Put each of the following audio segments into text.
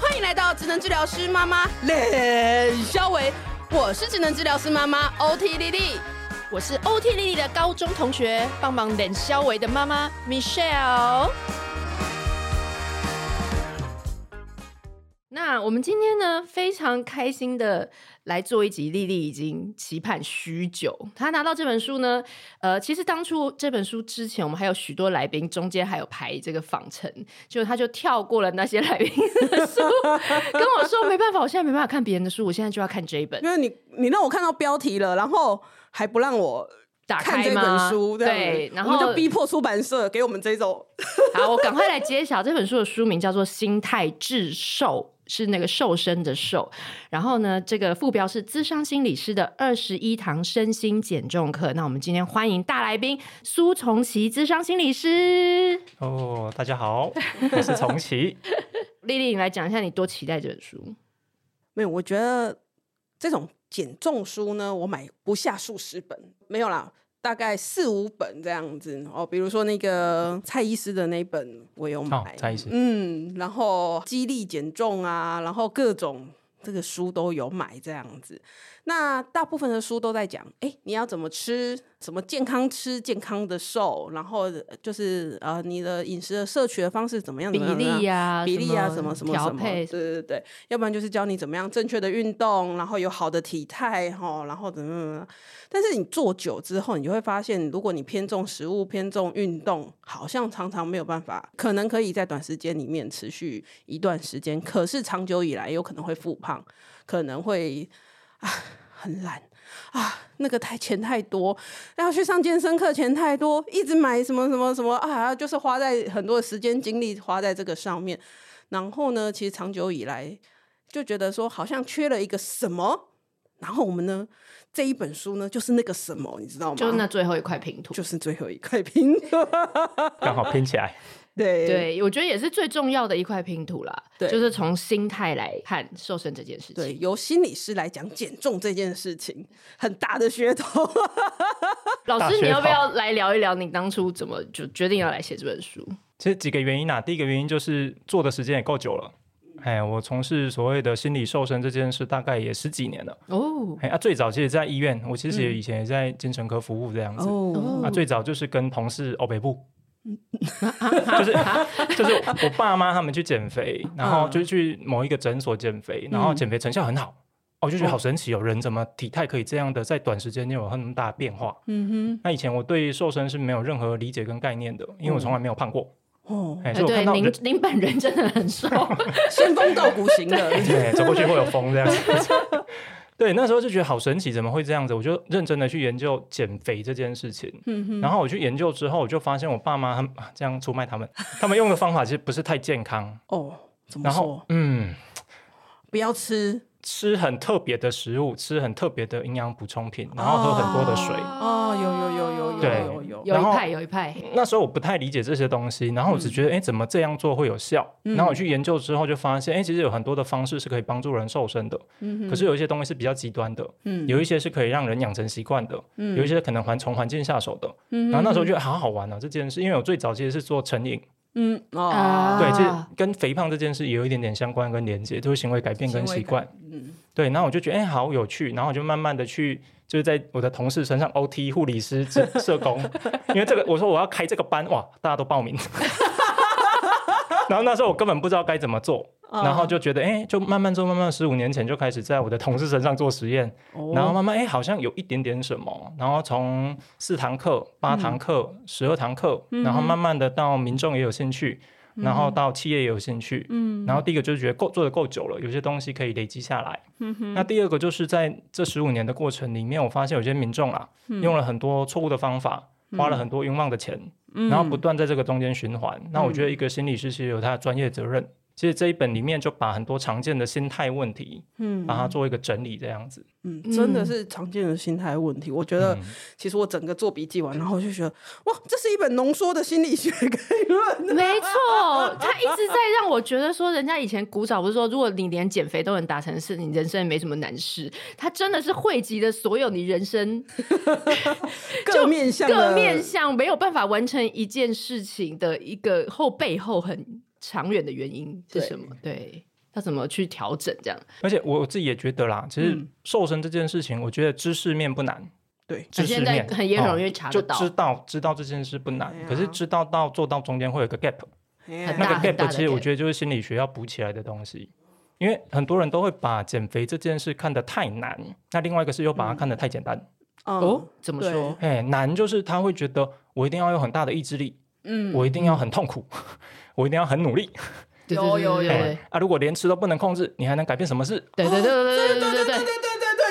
欢迎来到职能治疗师妈妈冷肖维，我是职能治疗师妈妈 OT 丽丽。我是 OT 丽丽的高中同学，帮忙冷肖维的妈妈 Michelle。那我们今天呢，非常开心的来做一集，丽丽已经期盼许久。她拿到这本书呢，呃，其实当初这本书之前，我们还有许多来宾，中间还有排这个访程，就她就跳过了那些来宾的 书，跟我说没办法，我现在没办法看别人的书，我现在就要看这一本。因为你你让我看到标题了，然后还不让我打开看这吗本书，这样子对，然我后们就逼迫出版社给我们这种好，我赶快来揭晓这本书的书名叫做《心态致瘦》，是那个瘦身的瘦。然后呢，这个副标是“资商心理师的二十一堂身心减重课”。那我们今天欢迎大来宾苏重琪，资商心理师。哦，大家好，我是重启。丽丽，你来讲一下你多期待这本书。没有，我觉得这种减重书呢，我买不下数十本，没有啦，大概四五本这样子哦。比如说那个蔡医师的那一本，我有买。哦蔡医师嗯，然后激励减重啊，然后各种这个书都有买这样子。那大部分的书都在讲，哎，你要怎么吃，怎么健康吃，健康的瘦，然后呃就是呃，你的饮食的摄取的方式怎么样，比怎么样怎么样例呀、比例啊，什么什么调什么，对配，对对，要不然就是教你怎么样正确的运动，然后有好的体态哈，然后怎么怎么。但是你做久之后，你就会发现，如果你偏重食物、偏重运动，好像常常没有办法，可能可以在短时间里面持续一段时间，可是长久以来有可能会复胖，可能会啊很懒。啊，那个太钱太多，要去上健身课钱太多，一直买什么什么什么啊，就是花在很多的时间精力花在这个上面。然后呢，其实长久以来就觉得说好像缺了一个什么，然后我们呢这一本书呢就是那个什么，你知道吗？就那最后一块拼图。就是最后一块拼图，刚好拼起来， 对对，我觉得也是最重要的一块拼图啦，对就是从心态来看瘦身这件事情。对，由心理师来讲减重这件事情，很大的噱头。老师，大你学要不好要来聊一聊你当初怎么就决定要来写这本书？其实几个原因啊。第一个原因就是做的时间也够久了。哎，我从事所谓的心理瘦身这件事，大概也十几年了。哦哎，啊，最早其实在医院，我其实也嗯以前也在精神科服务这样子。哦啊，最早就是跟同事欧北部， 就是就是我爸妈他们去减肥，然后就是去某一个诊所减肥，然后减肥成效很好，哦我就觉得好神奇哦，人怎么体态可以这样的在短时间内有那么大的变化？嗯那以前我对瘦身是没有任何理解跟概念的，因为我从来没有胖过，哼，哦，哎、哎所以我看对，到您人您本人真的很 瘦，仙风道骨型的， 对走过去会有风这样 子。对，那时候就觉得好神奇，怎么会这样子？我就认真的去研究减肥这件事情。嗯哼，然后我去研究之后，我就发现我爸妈他们啊这样出卖他们，他们用的方法其实不是太健康。哦，怎么然后说？，嗯，不要吃吃很特别的食物，吃很特别的营养补充品，然后喝很多的水。哦，有有有有对有有有，有然一后派有一派，那时候我不太理解这些东西，然后我只觉得，嗯哎、怎么这样做会有效？然后我去研究之后就发现，哎，其实有很多的方式是可以帮助人瘦身的，可是有一些东西是比较极端的，嗯有一些是可以让人养成习惯的，有一些可能还从环境下手的。然后那时候觉得好好玩啊这件事，因为我最早其实是做成瘾，嗯哦啊，对，其实跟肥胖这件事也有一点点相关跟连接，就是行为改变跟行为习改惯。嗯，对，然后我就觉得哎、好有趣，然后我就慢慢的去，就是在我的同事身上 OT 护理师、社社工， 因为这个我说我要开这个班，哇，大家都报名， 然后那时候我根本不知道该怎么做，然后就觉得哎、就慢慢做，慢慢十五年前就开始在我的同事身上做实验，哦然后慢慢哎、好像有一点点什么，然后从四堂课、八堂课、十二堂课，然后慢慢的到民众也有兴趣。然后到企业也有兴趣，嗯，然后第一个就是觉得够做的够久了，有些东西可以累积下来，嗯哼。那第二个就是在这十五年的过程里面，我发现有些民众啊，嗯用了很多错误的方法，花了很多冤枉的钱，嗯然后不断在这个中间循环。那我觉得一个心理师其实有他的专业责任，其实这一本里面就把很多常见的心态问题，嗯，把它做一个整理，这样子。嗯，真的是常见的心态问题。我觉得，其实我整个做笔记完，然后我就觉得，哇，这是一本浓缩的心理学概论。没错，他一直在让我觉得说，人家以前古早不是说，如果你连减肥都能达成的事，你人生也没什么难事。他真的是汇集了所有你人生各面向的各面向没有办法完成一件事情的一个后背后很长远的原因是对什么？对，要怎么去调整这样。而且我自己也觉得啦，其嗯实瘦身这件事情，我觉得知识面不难，对知识现在面很也很容易易查就得到，啊知道知道这件事不难哎呀，可是知道到做到中间会有一个 gap，很大那个很大 gap 的其实我 gap 觉得就是心理学要补起来的东西，因为很多人都会把减肥这件事看得太难，那另外一个是又嗯把它看得太简单。哦哦，，怎么对说？哎、难就是他会觉得我一定要有很大的意志力，嗯，我一定要很痛苦， 我一定要很努力。对有有对有哎啊，如果连吃都不能控制，你还能改变什么事？对对对对对对对对，对对对对对，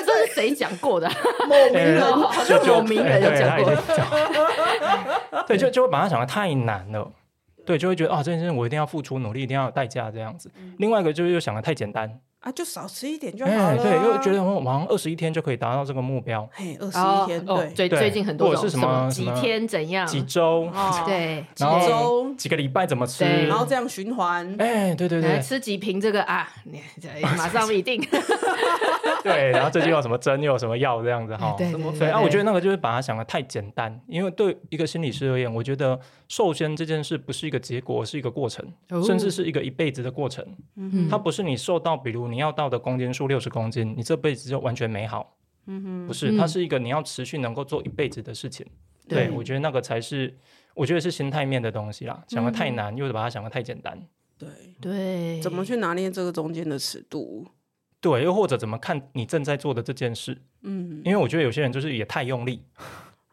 这是谁讲 过的啊？某名哎人好像就有名人有哎对讲他已过经讲 对，就就会把它想的太难了。对，就会觉得啊，这件事情我一定要付出努力，一定要有代价这样子。另外一个就是又想的太简单，啊，就少吃一点就好哎，了啊。对，又觉得我好像二十一天就可以达到这个目标，嘿，二十哦一天，哦对，最对最近很多或种者是什么几什么天怎样？几周、嗯哦，对，几然后周，几个礼拜怎么吃？对然后这样循环，哎，对对来对吃几瓶这个啊？你这马上一定 对，然后最近有什么针，又有什么药这样子哈。 对什么对对啊，我觉得得那个就是把它想的太简单，因为对一个心理师而言，我觉得瘦身这件事不是一个结果，是一个过程，哦甚至是一个一辈子的过程。嗯它不是你瘦到，比如你要到的公斤数六十公斤，你这辈子就完全美好。嗯不是，它嗯是一个你要持续能够做一辈子的事情。对对，我觉得那个才是，我觉得是心态面的东西啦。想的太难，又把它想的太简单。对，对，怎么去拿捏这个中间的尺度？对，又或者怎么看你正在做的这件事？嗯，因为我觉得有些人就是也太用力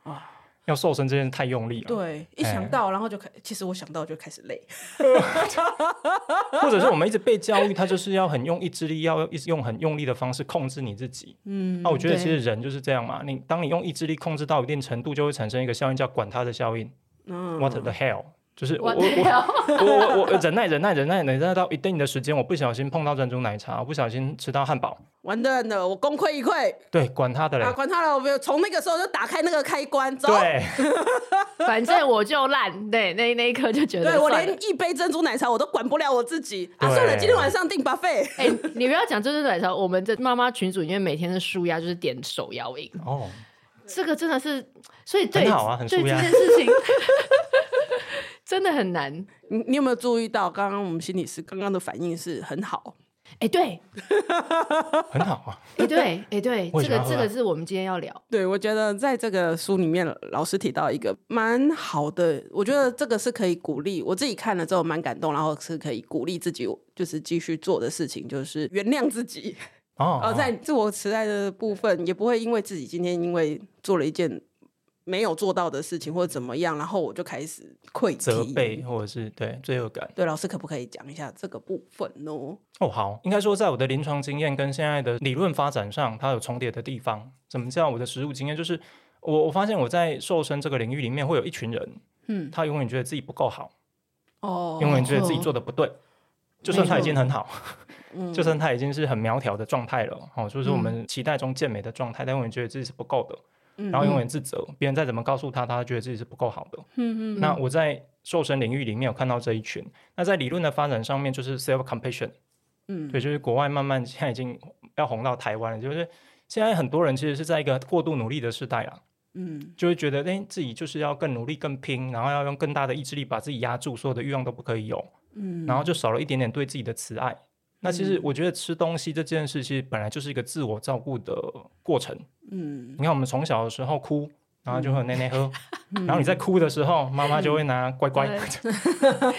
啊，要瘦身这件事太用力了。对，一哎想到然后就开，其实我想到就开始累， 或者是我们一直被教育，他就是要很用意志力，要一直用很用力的方式控制你自己。啊嗯，那、我觉得其对实人就是这样嘛，你当你用意志力控制到一定程度，就会产生一个效应叫“管他的效应 ”（What 嗯， the hell）。就是我我我我我我我忍耐忍耐忍耐忍耐到一定的时间，我不小心碰到珍珠奶茶，我不小心吃到汉堡，完蛋了，我功亏一篑对，管他的嘞啊！，管他了，我没有从那个时候就打开那个开关，走。对， 反正我就烂，对，那那一刻就觉得对我算了连一杯珍珠奶茶我都管不了我自己啊！对算了，今天晚上订 buffet。哎、你不要讲珍珠奶茶，我们这妈妈群组里面每天的舒压就是点手摇饮，哦，这个真的是，所以对很好啊很舒对压这件事情 真的很难。你你有没有注意到，刚刚我们心理师刚刚的反应是很好，哎、对，很好啊，哎、对，哎、对， 我这也喜欢个喝啊这个是我们今天要聊，对，我觉得在这个书里面，老师提到一个蛮好的，我觉得这个是可以鼓励我自己看了之后蛮感动，然后是可以鼓励自己，就是继续做的事情，就是原谅自己。哦，呃，在自我慈爱的部分，也不会因为自己今天因为做了一件没有做到的事情或者怎么样，然后我就开始愧责疚。备或者是对罪恶感。对，老师可不可以讲一下这个部分呢？哦，好，应该说在我的临床经验跟现在的理论发展上，它有重叠的地方。怎么叫我的实务经验？就是我我发现我在瘦身这个领域里面会有一群人，嗯，他永远觉得自己不够好，哦永远觉得自己做的不对。就算他已经很好，嗯就算他已经是很苗条的状态了，哦，就是我们期待中健美的状态，但永远觉得自己是不够的，嗯然后永远自责，别人再怎么告诉他，他觉得自己是不够好的。嗯那我在瘦身领域里面有看到这一群，那在理论的发展上面就是 self compassion，嗯对，就是国外慢慢现在已经要红到台湾了，就是现在很多人其实是在一个过度努力的时代啊，嗯就会觉得哎、诶自己就是要更努力、更拼，然后要用更大的意志力把自己压住，所有的欲望都不可以有，嗯，然后就少了一点点对自己的慈爱。那其实我觉得吃东西这件事，其实本来就是一个自我照顾的过程。嗯你看我们从小的时候哭，然后就会有奶奶喝，然后你在哭的时候，妈妈就会拿乖乖，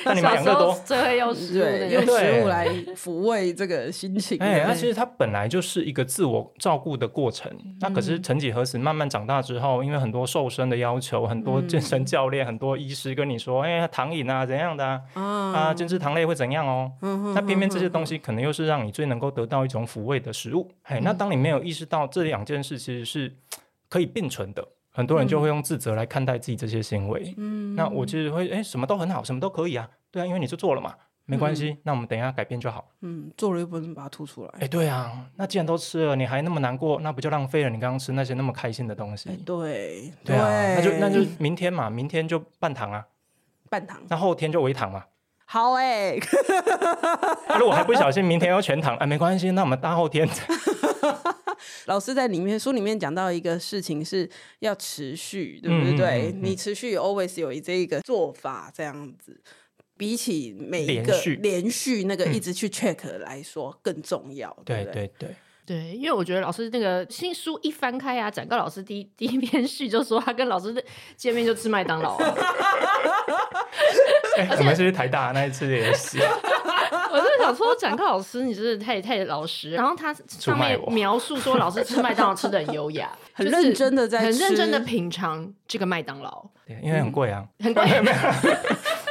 但你们两个小时都候最会 用食物对，那用个食对物来抚慰这个心情。哎，那对其实它本来就是一个自我照顾的过程。嗯那可是曾几何时，慢慢长大之后，因为很多瘦身的要求，很多嗯健身教练、很多医师跟你说，哎，糖瘾啊，怎样的啊，嗯啊，精致糖类会怎样哦。那偏偏这些东西可能又是让你最能够得到一种抚慰的食物。嗯哎，那当你没有意识到这两件事其实是可以并存的。很多人就会用自责来看待自己这些行为，嗯，那我其实会，哎，什么都很好，什么都可以啊，对啊，因为你就做了嘛，没关系，那我们等一下改变就好。嗯，做了又不能把它吐出来。哎，对啊，那既然都吃了，你还那么难过，那不就浪费了你刚刚吃那些那么开心的东西？哎，对嗯对啊，那就那就明天嘛，明天就半糖啊，半糖。那后天就微糖嘛。好哎，啊、如果还不小心明天要全糖，哎，没关系，那我们大后天。 老师在里面书里面讲到一个事情是要持续，对不嗯嗯对？嗯嗯你持续 always 有这一个做法这样子。比起每一连个续连续那个嗯一直去 check 来说更重要，对不对 对，对，因为我觉得老师那个新书一翻开啊，展告老师第一第一篇序就说他跟老师见面就吃麦当劳、啊， 哎、我们是去台大那一次也是，我就想说展告老师你真的太太老实。然后他上面出卖我描述说老师吃麦当劳吃的很优雅， 很就是认真地在很认真的吃品尝这个麦当劳，对因为很贵啊，很 贵。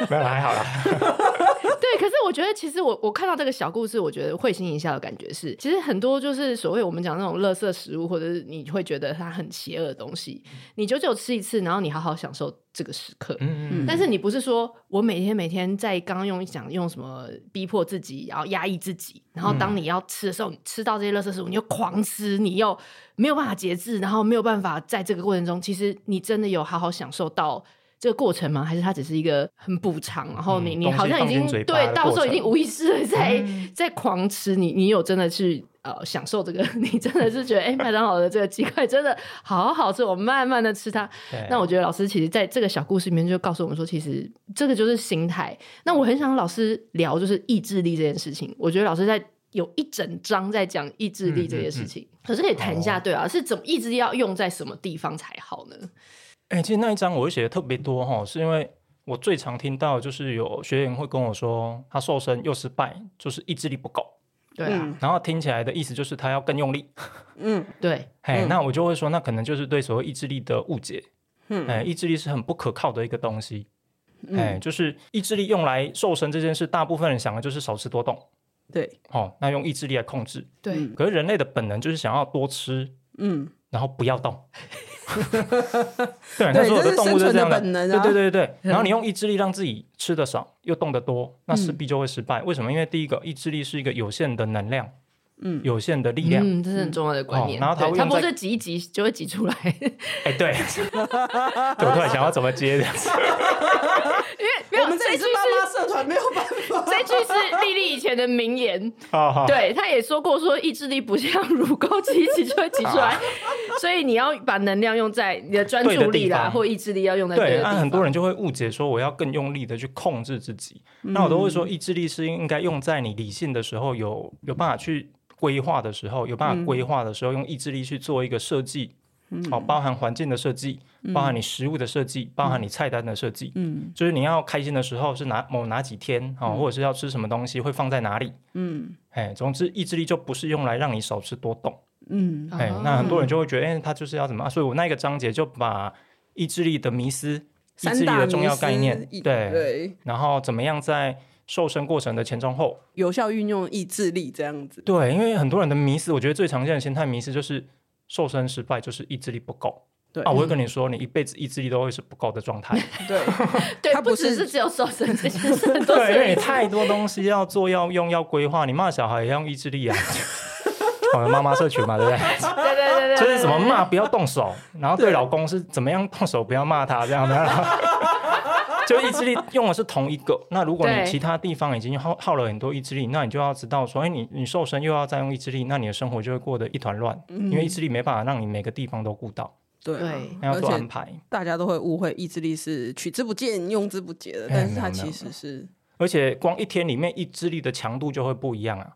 没有啦，还好啦，对，可是我觉得，其实我我看到这个小故事，我觉得会心一笑的感觉是，其实很多就是所谓我们讲那种垃圾食物，或者是你会觉得它很邪恶的东西，你久久吃一次，然后你好好享受这个时刻。嗯嗯但是你不是说我每天每天在刚刚用讲用什么逼迫自己，然后压抑自己，然后当你要吃的时候，你吃到这些垃圾食物，你又狂吃，你又没有办法节制，然后没有办法在这个过程中，其实你真的有好好享受到。这个过程吗？还是它只是一个很补偿？然后你、嗯你东西好像已放进经嘴巴的对，到时候过已程经无意识的在、嗯在狂吃。你你有真的去呃享受这个？ 你真的是觉得哎、麦当劳的这个鸡块真的好好吃，我慢慢的吃它。对那我觉得老师其实在这个小故事里面就告诉我们说，其实这个就是心态。那我很想老师聊就是意志力这件事情，我觉得老师在有一整章在讲意志力这件事情，可是可以谈一下，嗯哦对啊，是怎么意志力要用在什么地方才好呢？哎、其实那一章我会写的特别多哈，是因为我最常听到的就是有学员会跟我说，他瘦身又失败，就是意志力不够，对啊，嗯然后听起来的意思就是他要更用力。嗯对，哎、嗯那我就会说，那可能就是对所谓意志力的误解。嗯哎、意志力是很不可靠的一个东西。哎、嗯，就是意志力用来瘦身这件事，大部分人想的就是少吃多动。对，哦，那用意志力来控制。对，嗯可是人类的本能就是想要多吃，嗯，然后不要动。 对， 对那所这有的是动物生存都这的样的，本能啊对对对对。然后你用意志力让自己吃的少，又动得多，那嗯势必就会失败。为什么？因为第一个，意志力是一个有限的能量，嗯有限的力量。嗯，这是很重要的观念。哦然后它对会它用不在是挤一挤就会挤出来，哎、 对，对我突然想要怎么接的？因为没有我们这这里一是句妈是妈社团，没有办法。这一句是丽丽以前的名言，好好，对，他也说过，说意志力不像乳沟挤一挤就会挤出来， 所以你要把能量用在你的专对的注地力啦，方或意志力要用在对，啊的地那方。很多人就会误解说我要更用力的去控制自己。那我都会说，意志力是应该用在你理性的时候，有有办法去规划的时候，有办法规划的时候，用意志力去做一个设计。好，包含环境的设计，包含你食物的设计，包含你菜单的设计。嗯就是你要开心的时候是哪某哪几天哦，或者是要吃什么东西会放在哪里。嗯哎，总之意志力就不是用来让你少吃多动。嗯哎哦，那很多人就会觉得，哎、他就是要怎么、啊？所以我那一个章节就把意志力的迷思、意三志力大的迷重要思概念，一对，对，然后怎么样在瘦身过程的前中后，有效运用意志力这样子。对，因为很多人的迷思，我觉得最常见的心态迷思就是瘦身失败，就是意志力不够。对啊，我会跟你说，你一辈子意志力都会是不够的状态， 对， 对，他不不只是是只有瘦身这件事， 很多对，因为你事。太多东西要做、要用、要规划，你骂小孩也要用意 志力啊。 我们妈妈社群嘛，对不对？对对对对， 就是对怎么骂不要动 手，然后对老公是怎么样动手不要骂他这样的，然 后就意志力用的是同一个。那如果对你其他地方已经耗耗了很多意志力，那你就要知道说，哎，你你瘦身又要再用意志力，那你的生活就会过得一团乱，嗯因为意志力没办法让你每个地方都顾到，对啊对那要而做安且排。大家都会误会意志力是取之不尽、用之不竭的，哎但是它没有没其实有是而且光一天里面意志力的强度就会不一样啊。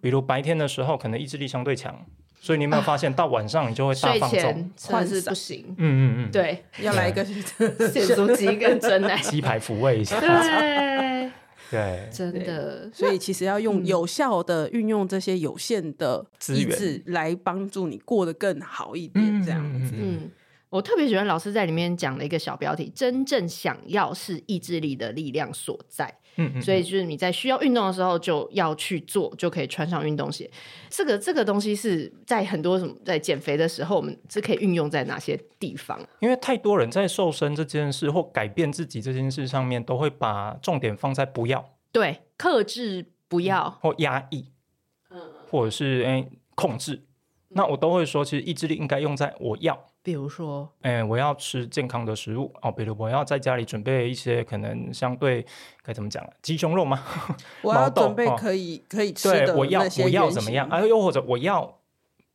比如白天的时候可能意志力相对强，所以你有没有发现到晚上你就会大睡放纵？前真的是不行。嗯嗯嗯， 对，要来一个减速机跟真奶，鸡排抚慰一下，对， 对，嗯真的。 所以其实要用有效的运用这些有限的资意源志来帮助你过得更好一点，这样子。嗯，我特别喜欢老师在里面讲的一个小标题：真正想要是意志力的力量所在。嗯嗯所以就是你在需要运动的时候就要去做，就可以穿上运动鞋。这个这个东西是在很多什么在减肥的时候，我们是可以运用在哪些地方？因为太多人在瘦身这件事或改变自己这件事上面，都会把重点放在不要对，克制不要，或压抑，嗯或者是哎、控制。那我都会说，其实意志力应该用在我要，比如说，哎、我要吃健康的食物哦，比如我要在家里准备一些可能相对该怎么讲啊，鸡胸肉吗？ 我要毛豆准备哦可以可以吃对，的我要那些我要原怎么型样？哎、又或者我要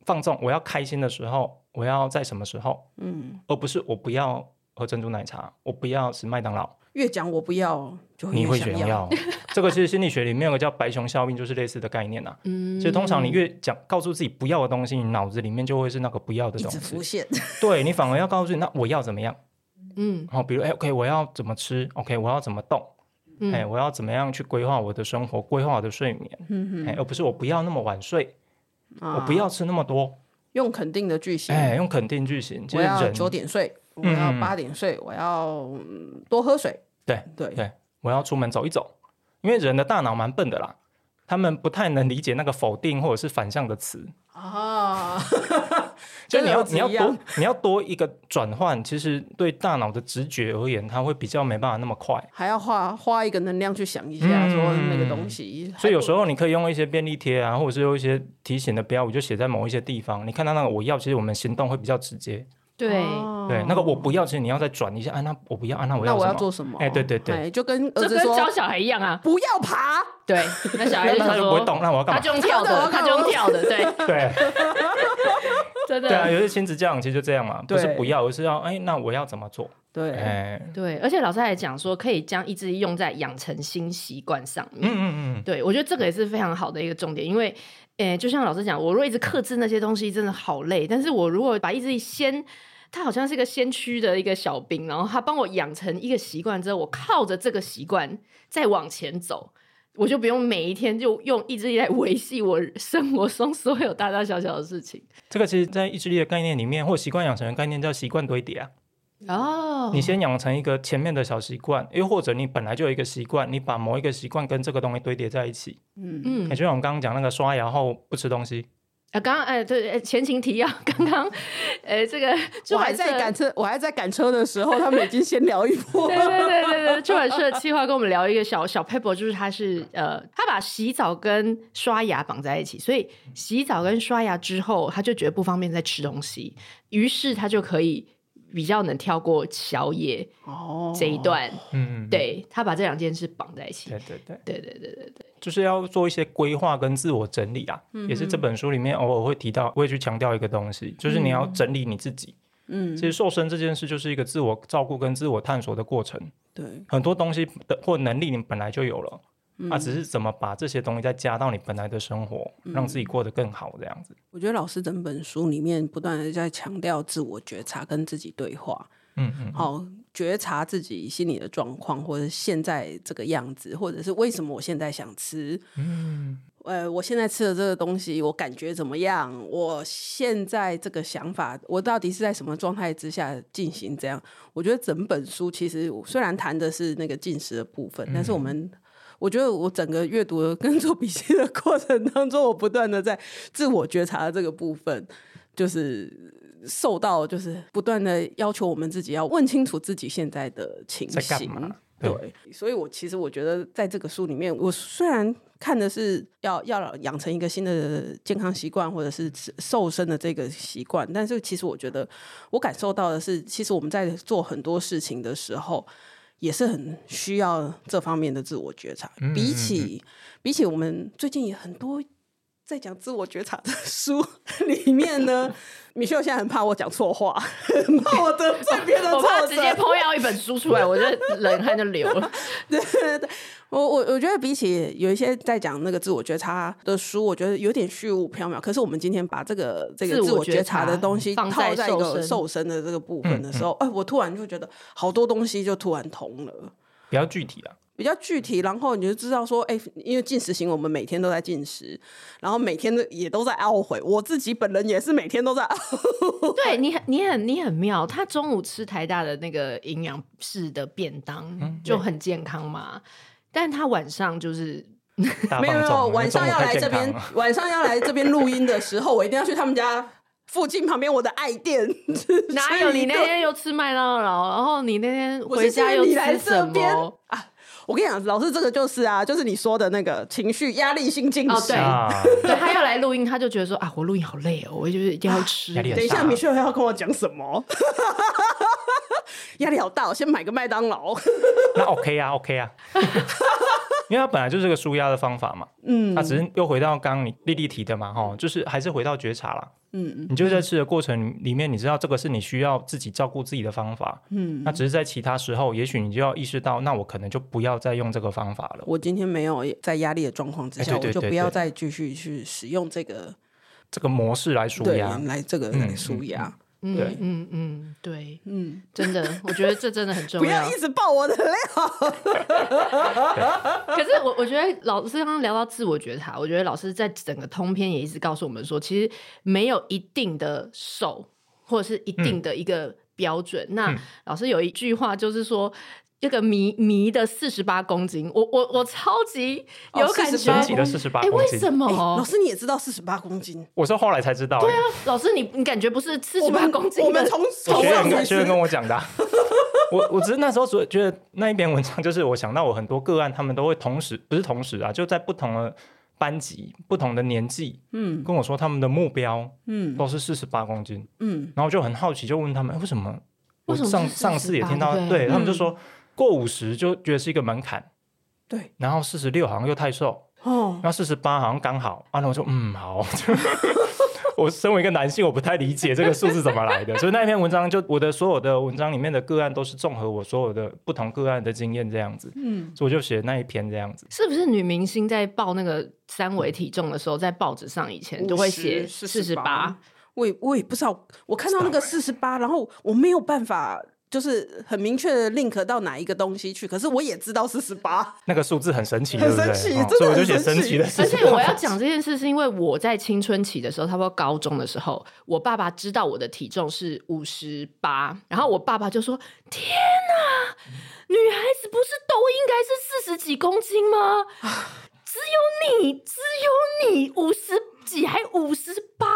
放纵，我要开心的时候，我要在什么时候，嗯，而不是我不要喝珍珠奶茶，我不要吃麦当劳。越讲我不要，就你越会哦想 想。要。这个其实心理学里面有个叫白熊效应，就是类似的概念啊。嗯，其实通常你越讲告诉自己不要的东西，你脑子里面就会是那个不要的一东直浮西。现，对你反而要告诉自己，那我要怎么样？嗯哦，比如哎，OK，我要怎么吃？OK，我要怎么动？嗯哎，我要怎么样去规划我的生活，规划我的睡眠？嗯哎，而不是我不要那么晚睡， 我我不要吃那么多。啊用肯定的句型，哎，用肯定句型，其我实要人九点睡，我要嗯八点睡，我要嗯多喝水。对对对我要出门走一走，因为人的大脑蛮笨的啦，他们不太能理解那个否定或者是反向的词，啊，就你跟要儿子你要一样多你要多一个转换，其实对大脑的直觉而言，它会比较没办法那么快。还要花花一个能量去想一下，说嗯那个东西。所以有时候你可以用一些便利贴啊，或者是用一些提醒的标语，就写在某一些地方。你看到那个我要，其实我们行动会比较直接。对，对，那个我不要，其实你要再转一下。啊，那我不要，啊，那我哦那要我什要么做什么？哎对对对哎，就跟儿这子跟教说小孩一样啊。 不要爬，对， 那小孩那就想哎他就不会说，动，那我要他干嘛？就用跳的，他就用跳的， 对，对 真对啊，的，有些亲子教养其实就这样嘛，不是对不要，而是要哎，那我要怎么做？对，哎，对。而且老师还讲说，可以将意志力用在养成新习惯上面。嗯嗯对，我觉得这个也是非常好的一个重点，因为，诶、就像老师讲，我若一直克制那些东西，真的好累。但是我如果把意志力先，他好像是一个先驱的一个小兵，然后他帮我养成一个习惯之后，我靠着这个习惯再往前走，我就不用每一天就用意志力来维系我生活中所有大大小小的事情。嗯，这个其实，在意志力的概念里面，或习惯养成的概念叫习惯堆叠啊。哦，你先养成一个前面的小习惯，又或者你本来就有一个习惯，你把某一个习惯跟这个东西堆叠在一起。嗯，嗯也、，就像我们刚刚讲那个刷牙后不吃东西，啊，刚刚哎，对，哎前情提要， 刚刚，呃，这个我出还版社在赶车，我 还在赶车的时候，他们已经先聊一波对。 对对对对，出版社的企划跟我们聊一个小小 paper，就是他是呃，他把洗澡跟刷牙绑在一起，所以洗澡跟刷牙之后，他就觉得不方便再吃东西，于是他就可以比较能跳过宵夜哦这一段。嗯，对他把这两件事绑在一起对，对对，对对对对对，就是要做一些规划跟自我整理啊，也是这本书里面偶尔会提到，我也去强调一个东西，就是你要整理你自己。嗯其，实瘦身这件事就是一个自我照顾跟自我探索的过程，对，很多东西的或能力你本来就有了。啊，只是怎么把这些东西再加到你本来的生活，让自己过得更好，这样子。我觉得老师整本书里面不断的在强调自我觉察跟自己对话，嗯嗯，好觉察自己心理的状况，或者现在这个样子，或者是为什么我现在想吃，嗯，呃，我现在吃的这个东西，我感觉怎么样？我现在这个想法，我到底是在什么状态之下进行这样？我觉得整本书其实虽然谈的是那个进食的部分，但是嗯我们。我觉得我整个阅读跟做笔记的过程当中，我不断的在自我觉察的这个部分，就是受到就是不断的要求我们自己要问清楚自己现在的情在干形嘛。对，所以我其实我觉得在这个书里面，我虽然看的是要要养成一个新的健康习惯，或者是吃瘦身的这个习惯，但是其实我觉得我感受到的是，其实我们在做很多事情的时候。也是很需要这方面的自我觉察，比起比起我们最近也很多在讲自我觉察的书里面呢， 米秀现在很怕我讲错话，很怕我得罪别 人我怕作直接者。抛掉一本书出来，我这冷汗就流了。对对对，我我我觉得比起有一些在讲那个自我觉察的书，我觉得有点虚无缥缈。可是我们今天把这个这个自自我我觉觉察察的东西放套在在一瘦个身瘦身的这个部嗯分的时候，哎、我突然就觉得好多东西就突然通了。比较具 体啊，比较具体，然后你就知道说，哎、因为进食型，我们每天都在进食，然后每天都也都在懊悔。我自己本人也是每天都在懊对你很你很你很妙，他中午吃台大的那个营养室的便当嗯就很健康嘛，但他晚上就是大没有放没纵有，晚上要来这，因为中午太健边康了，晚上要来这边录音的时候，我一定要去他们家附近旁边我的爱店。 哪吃有一你那顿天又吃麦当劳，然后你那天我回是家建又议你吃来什这边么？啊？我跟你讲，老师这个就是啊，就是你说的那个情绪压力性进哦食。对啊，对他要来录音，他就觉得说啊，我录音好累哦，我就是一定要吃。压力很等一下，大米秀要跟我讲什么？ 压力好大，我先买个麦当劳。那 OK 啊 ，OK 啊，因为它本来就是个舒压的方法嘛。嗯它只是又回到刚刚你丽丽提的嘛，哈，就是还是回到觉察啦。嗯你就在吃的过程里面，你知道这个是你需要自己照顾自己的方法。嗯，那只是在其他时候，也许你就要意识到，那我可能就不要再用这个方法了。 我今天没有在压力的状况之哎下，对对我就对不要对再继续去使用这个这个模式来舒对压，来这个嗯来嗯舒嗯压，嗯对嗯嗯，对，嗯，真的，我觉得这真的很重不要要一。直爆我的料，可是我我觉得老师刚刚聊到自我觉察，我觉得老师在整个通篇也一直告诉我们说，其实没有一定的瘦或者是一定的一个标准。那老师有一句话就是说。这个迷迷的四十八公斤，我我我超级哦有感觉， 48升级的四十八哎、公为斤什，么？哎哦老师你也知道四十八公斤，我是后来才知道。对啊，老师你你感觉不是四我十八们公斤我们的从从学上员开跟学员跟始，我讲的啊、我我只是那时候所觉得那一篇文章，就是我想到我很多个案，他们都会同时不是同时啊，就在不同的班级、不同的年纪，嗯跟我说他们的目标嗯都是四十八公斤，嗯，然后我就很好奇，就问他们、哎为什么？为我什么是上48上次也听到对，不对对他们就说过五十就觉得是一个门槛，对，然后四十六好像又太瘦，哦然，后四十八好像刚好，啊，那我就嗯好。 我身为一个男性，我不太理解这个数字怎么来的，所以那篇文章就我的所有的文章里面的个案都是综合我所有的不同个案的经验这样子，嗯，所以我就写那一篇这样子。是不是女明星在报那个三围体重的时候，在报纸上以前都会写四十八？，我也我也不知道，我看到那个四十八，然后我没有办法。就是很明确的 link 到哪一个东西去，可是我也知道四十八，那个数字很神奇，很对不对？神奇哦真的所以我就很写神神奇奇的而事情。且我要讲这件事，是因为我在青春期的时候，差不多高中的时候，我爸爸知道我的体重是五十八，然后我爸爸就说：“天哪，女孩子不是都应该是四十几公斤吗？只有你，只有你五十几，还五十八。”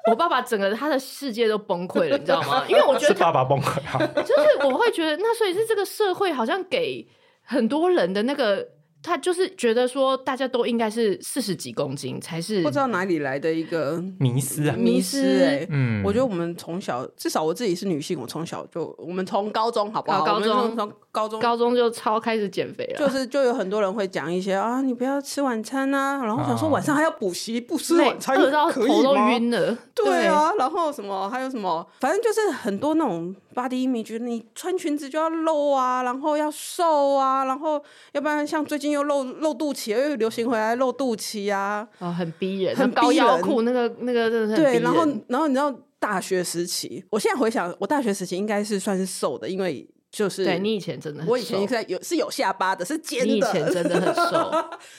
我爸爸整个他的世界都崩溃了，你知道吗？因为我觉 是得爸爸崩溃啊！就是我会觉得，那所以是这个社会好像给很多人的那个，他就是觉得说，大家都应该是四十几公斤才是不知道哪里来的一个迷思 啊，迷迷失哎、失嗯，我觉得我们从小，至少我自己是女性，我从小就，我们从高中好不好？啊高我们中从从高中高中就超开始减肥就了。是就有很多人会讲一些啊，你不要吃晚餐啊，然后想说啊晚上还要补习，不吃晚餐哦饿到可头以都吗？晕了，对啊，然后什么还有什么，反正就是很多那种 body image，你穿裙子就要露啊，然后要瘦啊，然后要不然像最近又露露肚脐，又流行回来露肚脐啊，对，哦，很逼人，很那高逼人腰裤那个那个真的是很逼对，人然后然后你知道大学时期，我现在回想，我大学时期应该是算是瘦的，因为就是对你以前真的很我以前瘦是在有是有下巴的，是尖你以的，前真的很 瘦，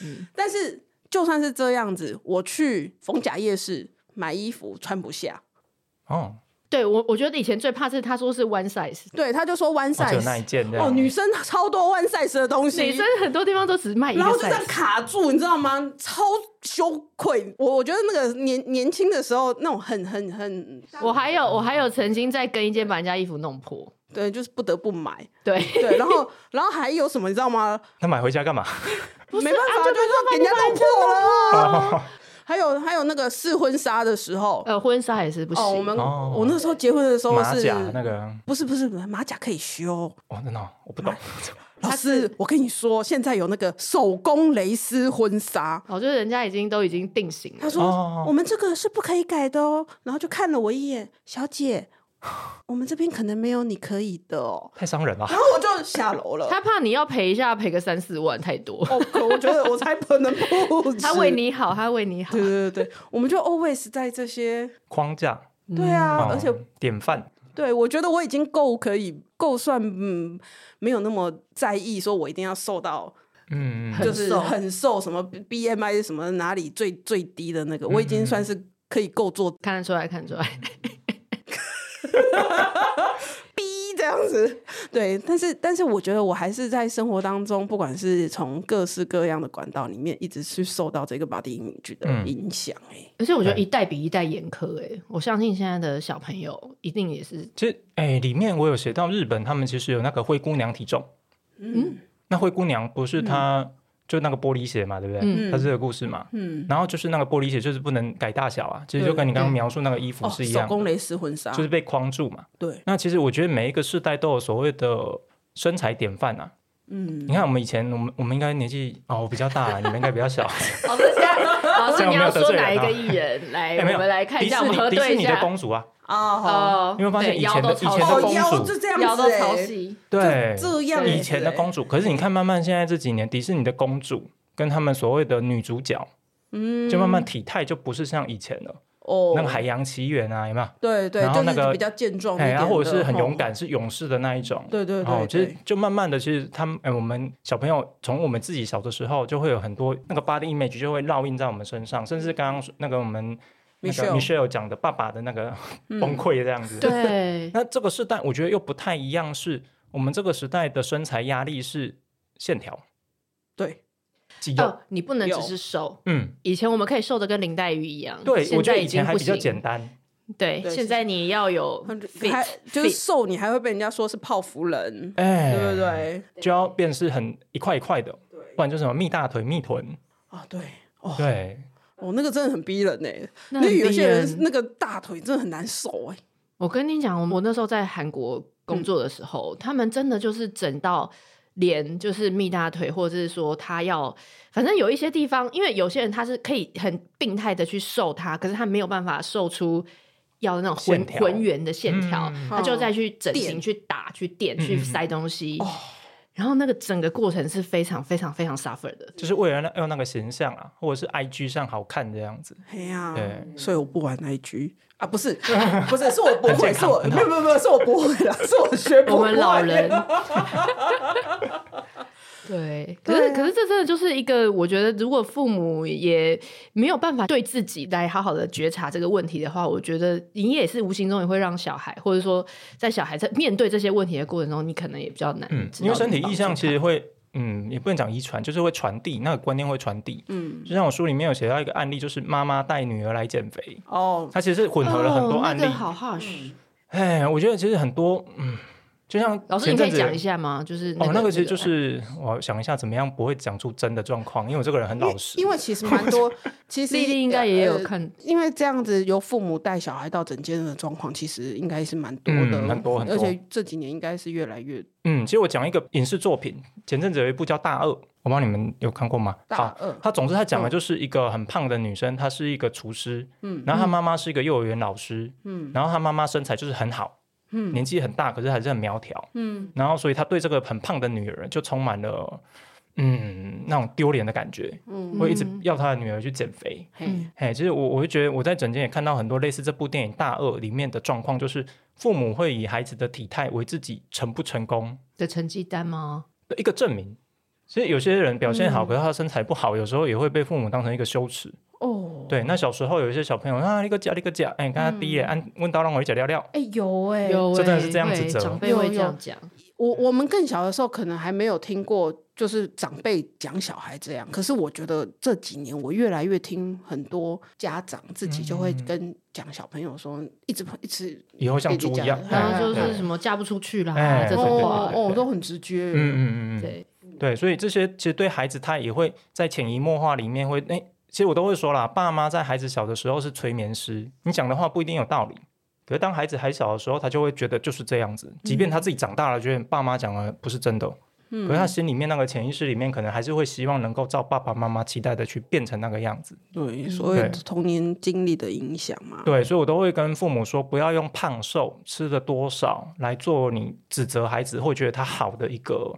嗯但是就算是这样子，我去逢甲夜市买衣服穿不下，哦，对我我觉得以前最怕是他说是 one size，对，他就说 one 啊我只有那一 size。件这样。哦，女生超多 one size 的东西，女生很多地方都只卖一个然后就这样 size，卡住，你知道吗？超羞愧。我我觉得那个年年轻的时候，那种很很很，我还有我还有曾经在更衣间把人家衣服弄破，对，就是不得不买。对， 对，然后然后还有什么，你知道吗？那买回家干嘛？没办法，就是给人家弄破了啊。还有还有那个试婚纱的时候，呃，婚纱也是不行。哦，我们哦我那时候结婚的时候马是甲那个，不是不是马甲可以修，哦，真的哦 我不懂。老师，我跟你说，现在有那个手工蕾丝婚纱。哦，就是人家已经都已经定型他了，说、哦我们这个是不可以改的哦，然后就看了我一眼，小姐，我们这边可能没有你可以的哦，太伤人了然。后我就下楼了。 他怕你要赔一下，赔个三四万太多。哦，可我觉得我才可能不止。 他为，你好，他为你好对，对对，对我们就 always 在这些，框架，对啊，嗯哦而且典范，对我觉得我已经够可以够算，嗯，没有那么在意，说我一定要瘦到嗯，嗯很就是瘦很瘦，什么 BMI 是什么哪里最最低的那个，我已嗯经算是可以够做看得出来，看得出来。 逼这样子。对，但是但是我觉得我还是在生活当中，不管是从各式各样的管道里面，一直去受到这个 body image 的嗯影响、欸。而且我觉得对一代比一代严苛、欸，哎，我相信现在的小朋友一定也 是，其实哎、里面我有写到日本，他们其实有那个灰姑娘体重。嗯那灰姑娘不是她、就那个玻璃鞋嘛，对不嗯对？她是这个故事嘛。嗯，然后就是那个玻璃鞋，就是不能改大小啊，其实对就跟你刚刚对描述那个衣服哦，是一手样，工蕾丝婚啊纱，就是被框住嘛。对，那其实我觉得每一个世代都有所谓的身材典范啊，嗯，你看我们以前，我们我们应该年纪哦，我比较大了，你们应该比 较小。好，所以现在，老这师样你没要有得说罪哪人一啊个艺 人？来，哎没有我们来看一迪下，士我们核尼迪士对一尼的下。公主啊，哦，哦，你有没有发现对以腰前的都超以前的细公主腰就这样子、腰都超欸， 细，对，这样子、对欸，以前的公主。可是你看，慢慢现在这几年，迪士尼的公主跟他们所谓的女主角，嗯，就慢慢体态就不是像以前了。哦，那个《海洋奇缘》啊，有没有？对对，然后就那是个比较健壮一哎，点然的，后或者是很勇哦，敢，是勇士的那一种。对对哦对，其实对，就慢慢的，其实他们哎，我们小朋友从我们自己小的时候，就会有很多那个 body image 就会烙印在我们身上，甚至刚刚说那个我们那个 Michelle 嗯 Michelle 讲的爸爸的那个崩溃这样子。对，那这个时代，我觉得又不太一样，是我们这个时代的身材压力是线条、对，肌肉。哦，你不能有只是瘦。嗯，以前我们可以瘦的跟林黛玉一样，对，嗯现我觉在得已以前经还不比较行。简单。对，对现在你要有很 fit，还就是 fit 瘦，你还会被人家说是泡芙人，哎，对不？对？就要变是很一块一块的，不然就什么蜜大腿、蜜臀。啊，对，哦，对，哦，那个真的很逼人哎、欸，那那很有逼些人人那个大腿真的很难受哎、我跟你讲，我那时候在韩国嗯工作的时候，他们真的就是整到连就是蜜大腿，或者是说他要，反正有一些地方，因为有些人他是可以很病态的去瘦它，可是他没有办法瘦出。要的那种浑线条浑圆的线条，嗯他就再去整垫形、去打、去垫、嗯去嗯嗯塞东西，然后那个整个过程是非常、非常、非常 suffer 的。就是为了那要那个形象啊，或者是 IG 上好看这样子。嘿呀、对所以我不玩 IG 啊，不 是不是，是我不很会，健是康我很没好有没有没有，是我不会啦，是我学不我会。们 老人。对，可是、对啊可是这真的就是一个，我觉得如果父母也没有办法对自己来好好的觉察这个问题的话，我觉得你也是无形中也会让小孩，或者说在小孩在面对这些问题的过程中，你可能也比较难嗯，知道怎么帮助他，因为身体意向其实会，嗯，也不能讲遗传，就是会传递那个观念会传递。嗯，就像我书里面有写到一个案例，就是妈妈带女儿来减肥，哦，它其实是混合了很多案例哦那。个、好 hush，、哎，我觉得其实很多，嗯，就像老师前你可阵以子讲一下吗？就是、哦，那个其实就是我想一下怎么样不会讲出真的状况，因为我这个人很因为老实。因为其实蛮 多，其实丽丽应该也有呃看，因为这样子由父母带小孩到整间的状况，其实应该是蛮多的，哦嗯很多很多而且这几年应该是越来越嗯，其实我讲一个影视作品，前阵子有一部叫《大鳄》，我不知道你们有看过吗？大好，二。它总之它讲的就是一个很胖的女生，她是一个厨师，嗯然后她妈妈是一个幼儿园老师，嗯然后她妈妈身材就是很好，嗯年纪很大，可是还是很苗条，嗯，然后所以她对这个很胖的女儿就充满了嗯那种丢脸的感觉，嗯会一直嗯要她的女儿去减肥。嘿，哎，其实我我会觉得我在整间也看到很多类似这部电影《大鳄》里面的状况，就是父母会以孩子的体态为自己成不成功的成绩单吗？的一个证明。所以有些人表嗯现好，可是他身材不好，有时候也会被父母当成一个羞耻。哦，对，那小时候有一些小朋友啊，你个假，你个假，哎，嗯你看他低耶，按问到让我一起聊聊。哎、有哎、有、欸，这真的是这样指责会长辈会有这有样讲。我嗯我们更小的时候，可能还没有听过，就是长辈讲小孩这样。可是我觉得这几年，我越来越听很多家长自己就嗯会跟讲小朋友说，一直一直以后像猪一样弟弟，讲然后啊哎就对是什么嫁不出去啦，哎这哦种对话，哦哦，都很直接。嗯嗯嗯嗯，对，对，所以这些其实对孩子他也会在潜移默化里面会，哎，其实我都会说啦，爸妈在孩子小的时候是催眠师，你讲的话不一定有道理。可是当孩子还小的时候，他就会觉得就是这样子，即便他自己长大了，觉得爸妈讲的不是真的，哦嗯可是他心里面那个潜意识里面，可能还是会希望能够照爸爸妈妈期待的去变成那个样子。对，所有嗯对童年经历的影响嘛。对，所以我都会跟父母说，不要用胖瘦、吃的多少来做你指责孩子或觉得他好的一个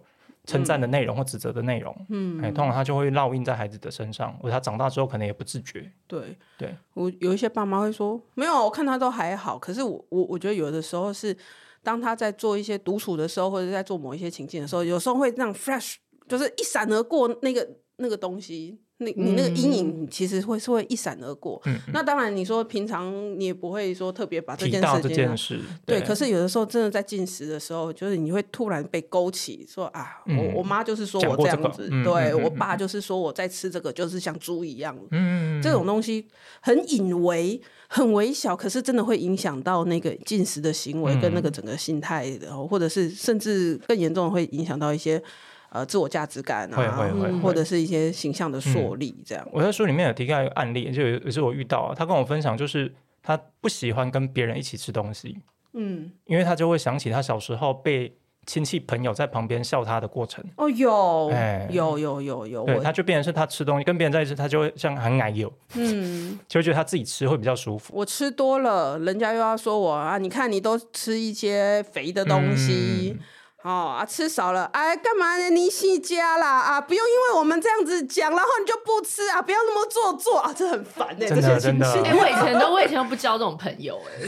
称嗯赞的内容或指责的内容。嗯，哎，通常他就会烙印在孩子的身上，而他长大之后可能也不自觉。对对，我有一些爸妈会说，没有，我看他都还好。可是我我我觉得有的时候是，当他在做一些独处的时候，或者在做某一些情境的时候，有时候会让 flash 就是一闪而过那个那个东西，那你那个阴影其实会是会一闪而过。嗯，那当然，你说平常你也不会说特别把这提件到事这情拿件事，对，可是有的时候真的在进食的时候，就是你会突然被勾起，说啊，嗯我我妈就是说讲我过样这个子，嗯对、嗯嗯我嗯爸就是说我在吃这个就是像猪一样，嗯，这种东西很隐微、很微小，可是真的会影响到那个进食的行为跟那个整个心态，然后、或者是甚至更严重的会影响到一些呃自我价值感会啊会，会嗯嗯会或者是一些形象的树立这样。我在书里面有提到一个案例，就有也是我遇到啊，他跟我分享，就是他不喜欢跟别人一起吃东西，嗯，因为他就会想起他小时候被亲戚朋友在旁边笑他的过程。哦，有哎有有有有，对，我他就变成是他吃东西跟别人在一起，他就会像很奶油，嗯，就会觉得他自己吃会比较舒服。我吃多了，人家又要说我啊，你看你都吃一些肥的东嗯西。哦啊，吃少了，哎，干嘛呢？你细加啦啊，不用因为我们这样子讲，然后你就不吃啊，不要那么做作啊，这很烦哎、真的这些情真的绪。 哎、我以前都，我以前都不交这种朋友哎、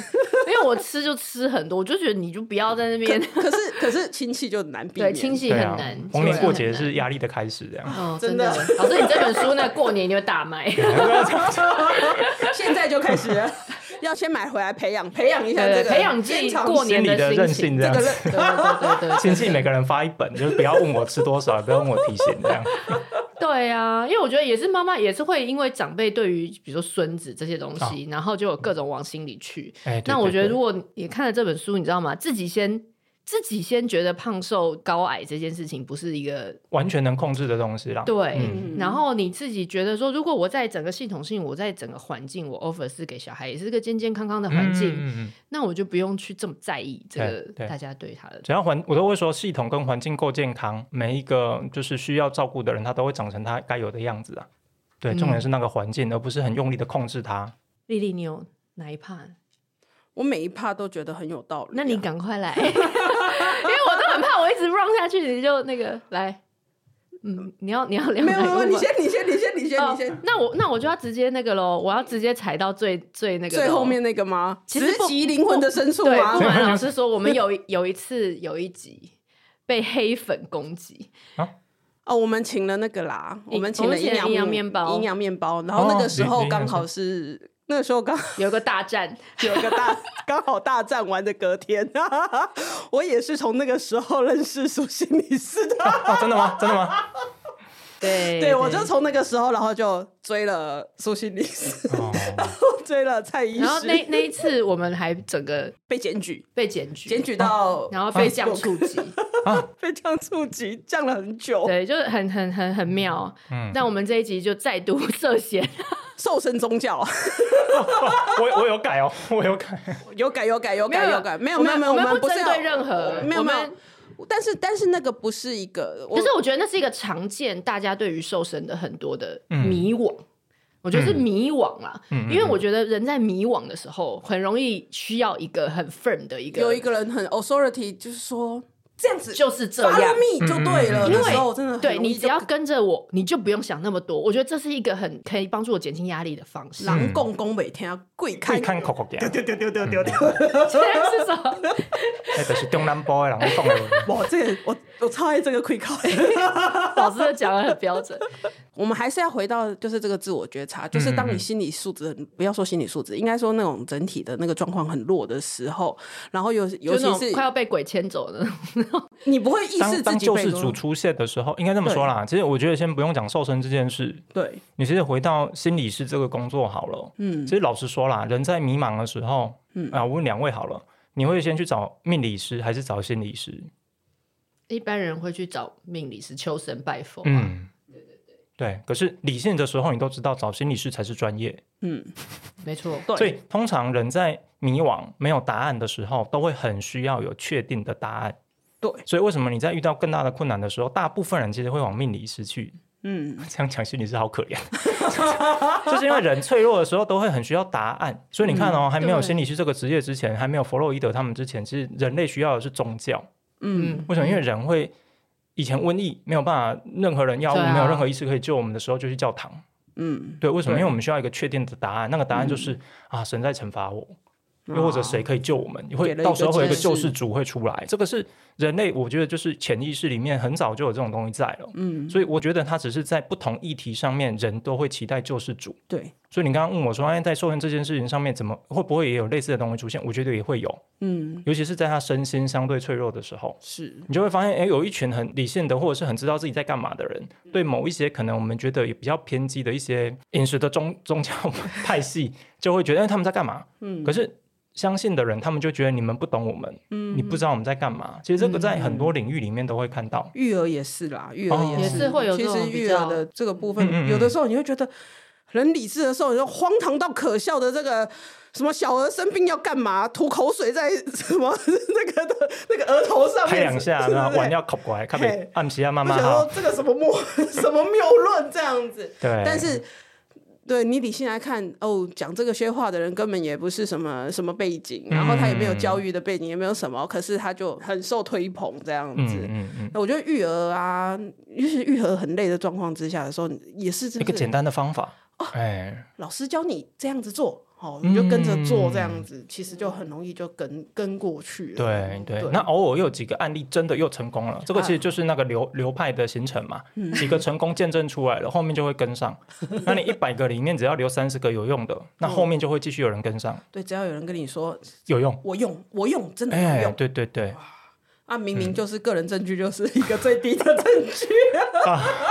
因为我吃就吃很多，我就觉得你就不要在那 边 可是可是亲戚就很难避对免，亲戚对很啊难，，逢年亲过戚节很难是压力的开始，这样。嗯，真真的的。老师，你这本书那过年一定会大卖。现在就开始了要先买回来培养培养一下这对，个培养自坚己强过心年心理的心韧情性，这样这个子。认对对对对亲戚每个人发一本，就是不要问我吃多少，也不要问我提醒这样。对啊，因为我觉得也是妈妈也是会因为长辈对于比如说孙子这些东西，然后就有各种往心里去。哦哎，对那我觉得对如果你看了这本书，你知道吗？自己先自己先觉得胖瘦高矮这件事情不是一个完全能控制的东西啦。对，嗯然后你自己觉得说，如果我在整个系统性，我在整个环境，我 offer 是给小孩也是个健健康康的环境，嗯嗯嗯嗯那我就不用去这么在意这个对对大家对他的只要环，我都会说系统跟环境够健康，每一个就是需要照顾的人，他都会长成他该有的样子啊。对，重嗯点是那个环境，而不是很用力的控制它。丽丽，你有哪一怕？我每一趴都觉得很有道理啊、那你赶快来，因 为我都很怕我一直 run 下去，你就那个来，嗯，你要你要聊没有哪没一有，个你吗先你先你先你先哦你先，那我那我就要直接那个喽，我要直接踩到最最那个最咯后面。那个吗？其实直不击灵魂的深处对，吗不？瞒 老师说，我们有一有一次有一集被黑粉攻击，哦，我们请了那个啦，营我们请了我们请了阳营养面包营养面包。然后那个时哦候营刚好是、那时候刚 好有个大战，有个大刚好大战完的隔天， 我也是从那个时候认识苏心理师的。哦，真的吗？真的吗？对对，我就从那个时候，然后就追了苏心理师，哦， 追了蔡医师，然后那那一次我们还整个被检举，被检举，检举啊到 然后被降 Facebook 触 及，被降触及，降了很久，对，就是很很很很妙。嗯，那我们这一集就再度 涉嫌，瘦身宗教 我我有改哦，我有改。啊 有改有改有改有改，没有没有没有，我们不是针要对任何，没有我没们有。，但是但是那个不是一个，我可是我觉得那是一个常见大家对于瘦身的很多的迷惘，我觉得是迷惘啦，嗯嗯嗯嗯因为我觉得人在迷惘的时候，很容易需要一个很 firm 的一个，有一个人很 authority，就是说这样子就是这 follow 样。 me 就对了因为的呃时候，真的很对容易你就只要跟着我，你就不用想那么多。我觉得这是一个很可以帮助我减轻压力的方式。狼共工每天要嗯跪看嗯会看 Coco 给，丢丢丢丢丢丢，现在 是什 么？ 那就是中南部的人会讲的。哇，这个我我超爱这个 quick call。 老师都讲的很标准。我们还是要回到就是这个自我觉察，就是当你心理素质很不要说心理素质，应该说那种整体的那个状况很弱的时候，然后尤就尤那其种是快要被鬼牵走的，你不会意识当自当己救被世主出现的时候，应该这么说啦。其实我觉得先不用讲瘦身这件事，对，你其实回到心理师这个工作好了。嗯其实老实说啦，人在迷茫的时候，嗯啊，我问两位好了，你会先去找命理师还是找心理师？一般人会去找命理师求神拜佛、啊。嗯，对。可是理性的时候，你都知道找心理师才是专业，嗯，没错，对所以通常人在迷惘、没有答案的时候，都会很需要有确定的答案。对所以为什么你在遇到更大的困难的时候，大部分人其实会往命理师去？嗯，这样讲心理师好可怜， 就是因为人脆弱的时候都会很需要答案。所以你看嗯哦，还没有对心理师这个职业之前，还没有弗洛伊德他们之前，其实人类需要的是宗教。嗯，为什么？因为人会以前瘟疫没有办法，任何人药物、对啊没有任何医师可以救我们的时候，就去教堂。嗯，对，为什么？对因为我们需要一个确定的答案，那个答案就是、啊，神在惩罚我，又或者谁可以救我们？啊给会了一个到时候会有一个解释救世主会出来。这个是人类，我觉得就是潜意识里面很早就有这种东西在了。嗯，所以我觉得它只是在不同议题上面，人都会期待救世主。对，所以你刚刚问我说，哎，在受孕这件事情上面，怎么会不会也有类似的东西出现？我觉得也会有，嗯，尤其是在他身心相对脆弱的时候。是，你就会发现，哎，有一群很理性的，或者是很知道自己在干嘛的人，对某一些可能我们觉得也比较偏激的一些饮食的宗宗教派系，就会觉得，哎，他们在干嘛？嗯可是相信的人，他们就觉得你们不懂我们，你不知道我们在干嘛。其实这个在很多领域里面都会看到。育儿也是啦，育儿哦也也是,、是会有其这种实比育儿较的这个部分，嗯嗯嗯有的时候你会觉得人理智的时候，你说荒唐到可笑的这个什么小儿生病要干嘛？吐口水在 什么那个的那个额头上面拍两下，对然不后对碗要靠过来，靠嘿北按时啊，慢我想慢说好。这个什么谬 什么谬论这样子，对，但是。对你理性来看，哦，讲这个些话的人根本也不是什么什么背景，然后他也没有嗯教育的背景，也没有什么，可是他就很受推捧这样子。嗯嗯嗯，那我觉得育儿啊，尤其是育儿很累的状况之下的时候，也是哦一这个简单的方法，哎，老师教你这样子做，哦，你就跟着做这样子，其实就很容易就跟跟过去了。对对。那偶尔又有几个案例真的又成功了，这个其实就是那个流流派的形成嘛，嗯几个成功见证出来了，后面就会 跟上。那你一百个里面只要留三十个有用嗯的，那后面就会继续有人跟上，对，只要有人跟你说有用。我用我用，真的有哎，嗯用，对对对，啊，明明就是个人证据，就是一个最低的证据。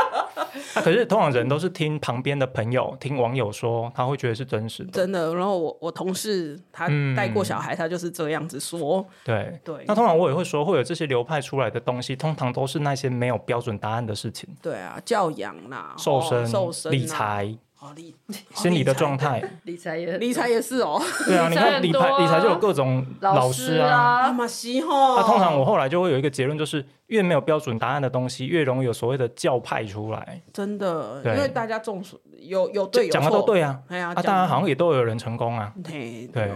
啊，可是通常人都是听旁边的朋友、听网友说，他会觉得是真实的。真的。然后我我同事他嗯带过小孩，他就是这样子说，对，对那通常我也会说，会有这些流派出来的东西，通常都是那些没有标准答案的事情，对啊，教养啦，瘦身、哦瘦身、理，财、哦理心理的状，态。 理财也哦理财理财也是哦，对啊，理你财看很理多财，理财就有啊各种老老师师啊。阿玛西吼。那通常我后来就会有一个结论，就是越没有标准答案的东西，越容易有所谓的教派出来。真的，因对为大家众所有有对有讲的都错，对啊，哎呀，啊，讲当然好像也都有人成功啊。对对对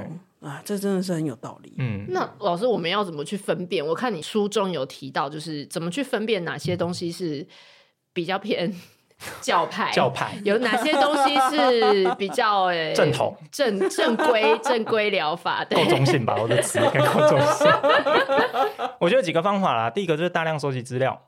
啊，这真的是很有道理。嗯，那老师，我们要怎么去分辨？我看你书中有提到，就是怎么去分辨哪些东西是比较偏 教派，教派有哪些东西是比较哎诶、正统、 正正规、正规疗法够对。中性吧？我的词应该够中性。 我觉得有几个方法啦，第一个就是大量收集资料，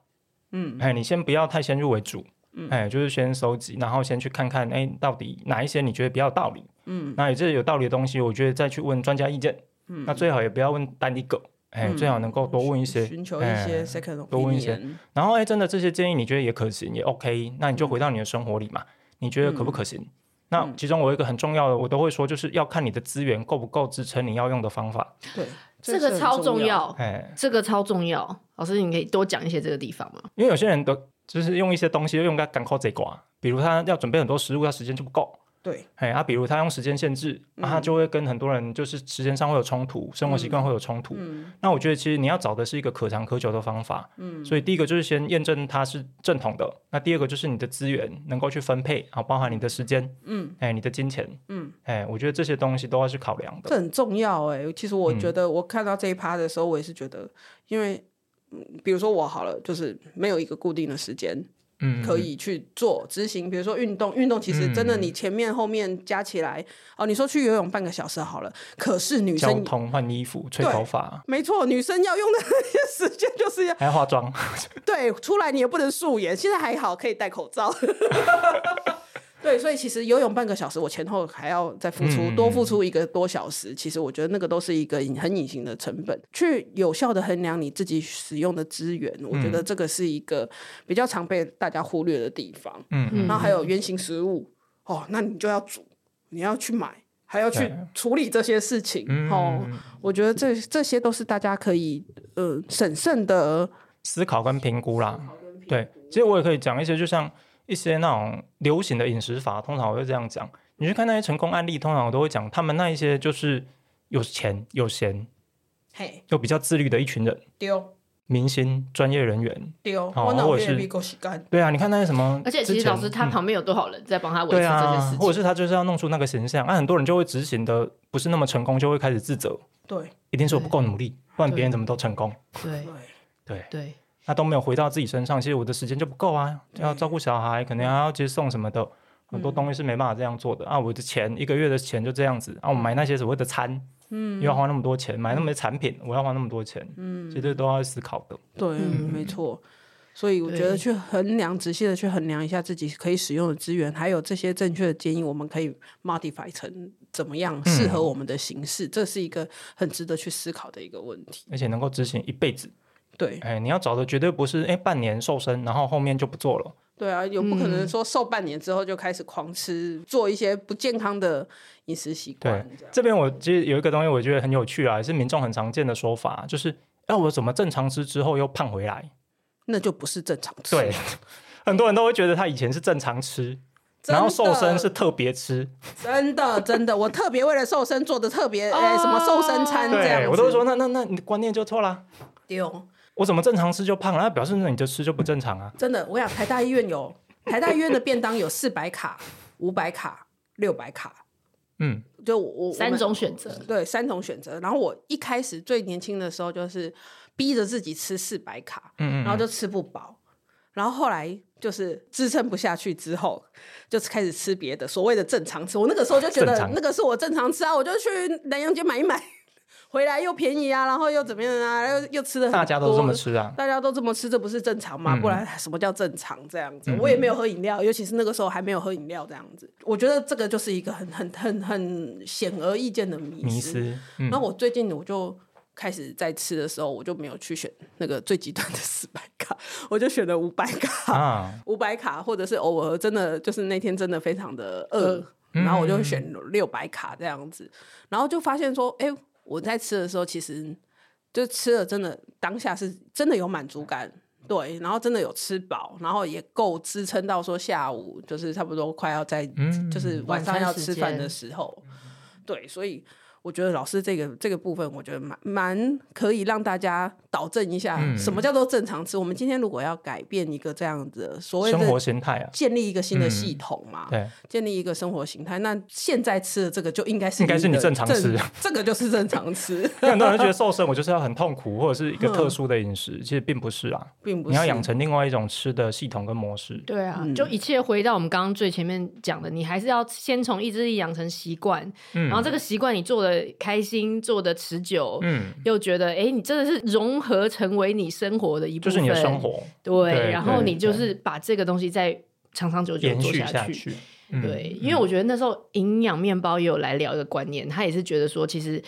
嗯哎，你先不要太先入为主，哎，就是先收集，然后先去看看，哎，到底哪一些你觉得比较有道理，嗯，那有这有道理的东西，我觉得再去问专家意见，嗯那最好也不要问单一个，哎，最好能够多问一些，寻求一哎些 second 多问一些 opinion，然后哎，真的这些建议你觉得也可行，也 OK，那你就回到你的生活里嘛，你觉得嗯可不可行？那其中我有一个很重要的，我都会说，就是要看你的资源够不够支撑你要用的方法。对，这是个很超重要。要，哎，这个超重要。老师，你可以多讲一些这个地方吗？因为有些人都就是用一些东西用个赶扣这瓜，比如他要准备很多食物，他时间就不够。对，哎，啊，比如他用时间限制，嗯那、他就会跟很多人就是时间上会有冲突，生活习惯会有冲突。嗯那我觉得其实你要找的是一个可长可久的方法。嗯，所以第一个就是先验证它是正统的，那第二个就是你的资源能够去分配，啊，包含你的时间，嗯，哎，你的金钱，嗯，哎，我觉得这些东西都要去考量的。这很重要哎、其实嗯我觉得，我看到这一趴的时候，我也是觉得，因为、嗯比如说我好了，就是没有一个固定的时间嗯，可以去做执行。比如说运动，运动其实真的嗯你前面后面加起来，哦，你说去游泳半个小时好了，可是女交生通、换衣服、吹对头发，没错，女生要用的 那些时间就是要还要化妆。对，出来你也不能素颜，现在还好可以戴口罩。 对，所以其实游泳半个小时，我前后还要再付出、嗯多付出一个多小时。其实我觉得那个都是一个隐很隐形的成本，去有效的衡量你自己使用的资源，嗯我觉得这个是一个比较常被大家忽略的地方。嗯，然后还有原型食物，哦，那你就要煮，你要去买，还要去对嗯处理这些事情。哦，我觉得这这些都是大家可以呃审慎的思考跟评估啦。对，其实我也可以讲一些，就像一些那种流行的饮食法，通常我会这样讲。你去看那些成功案例，通常我都会讲他们那一些就是有钱、有闲嘿又比较自律的一群人，丢。明星、专业人员。对哦，哦我脑或者边也是比狗洗干。对啊，你看那些什么而且之前，其实老师他嗯旁边有多少人在帮他维持对这件啊事，情？或者是他就是要弄出那个形象，啊那、很多人就会执行的不是那么成功，就会开始自责，对一定是我不够努力，不然对别人怎么都成功。对对，对，对，那都没有回到自己身上，其实我的时间就不够啊，要照顾小孩，可能还要接送什么的，很多东西是没办法这样做的、啊。我的钱一个月的钱就这样子啊，我买那些所谓的餐，嗯，又要花那么多钱，买那么多产品，我要花那么多钱，嗯，其实这都要思考的。对，嗯没错。所以我觉得去衡量，仔细的去衡量一下自己可以使用的资源，还有这些正确的建议，我们可以 modify 成怎么样适嗯合我们的形式，这是一个很值得去思考的一个问题。而且能够执行一辈子，对哎，你要找的绝对不是哎半年瘦身，然后后面就不做了，对啊，有不可嗯能说瘦半年之后就开始狂吃，做一些不健康的饮食习对惯。，这边我其实有一个东西我觉得很有趣啊，也是民众很常见的说法，就是哎、我怎么正常吃之后又胖回来？那就不是正常吃。 对，很多人都会觉得他以前是正常吃，真然后瘦身的是特别吃，真的真的，我特别为了瘦身做的特别，哎、什么瘦身餐这样对子，我都会说，那那那你的观念就错啦。丢，我怎么正常吃就胖了？那表示那你的吃就不正常啊。真的，我想台大医院有台大医院的便当有四百卡、五百卡、六百卡，嗯，就我我三种选择。对三种选择。然后我一开始最年轻的时候就是逼着自己吃四百卡，嗯嗯嗯然后就吃不饱，然后后来就是支撑不下去之后，就开始吃别的所谓的正常吃。我那个时候就觉正得常那个是我正常吃啊，我就去南洋街买一买， 回来又便宜啊，然后又怎么样啊，又又吃的大家都这么。吃啊。大家都这么吃，这不是正常吗？嗯不然什么叫正常？这样子，嗯我也没有喝饮料，尤其是那个时候还没有喝饮料，这样子，我觉得这个就是一个很很很很显而易见的迷迷思，嗯那，我最近我就开始在吃的时候，我就没有去选那个最极端的四百卡，我就选了五百卡，啊，五百、卡，或者是偶尔真的就是那天真的非常的饿，嗯然后我就会选六百卡这样子，然后就发现说，哎、我在吃的时候其实就吃了，真的当下是真的有满足感。对，然后真的有吃饱，然后也够支撑到说下午就是差不多快要在嗯就是晚上晚餐要时吃饭间的时候，对，所以我觉得老师这个这个部分，我觉得蛮蛮可以让大家导正一下，嗯什么叫做正常吃。我们今天如果要改变一个这样子的所谓生活的形态啊，建立一个新的系嗯统啊嘛，对，建立一个生活形态，那现在吃的这个就应该是应该是你你的正常吃，这个就是正常吃， 因为很多人觉得瘦身我就是要很痛苦或者是一个特殊的饮食，嗯其实并不是啊，并不你是要养成另外一种吃的系统跟模式。对啊，就一切回到我们刚刚最前面讲的，你还是要先从意志力养成习惯，嗯然后这个习惯你做的开心，做的持久，嗯，又觉得哎，诶你真的是融合成为你生活的一部分，就是你的生活对，对然后对你就对是把这个东西再长长久久地延做续下下。去。嗯对，因为我觉得那时候营养面包也有来聊一个观念，他也是觉得说，其实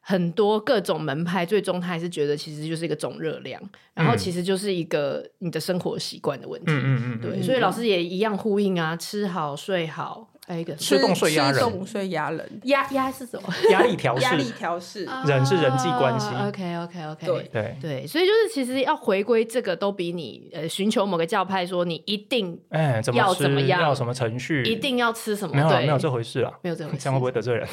很多各种门派，最终他还是觉得其实就是一个总热量，然后嗯其实就是一个你的生活习惯的问题。嗯嗯嗯，嗯对，所以老师也一样呼应啊，吃好睡好，还有一个吃动睡压人吃动睡压人，压压是什么？压力调压力试，调试， 啊人是人际关系 OK OK OK，对对，哦对，所以就是其实要回归这个，都比你呃寻求某个教派说你一定哎，怎要么怎么吃，样要什么程序，一定要吃什么，嗯没有啊对，没有这回事啊，没有这回事 这样会不会得罪人？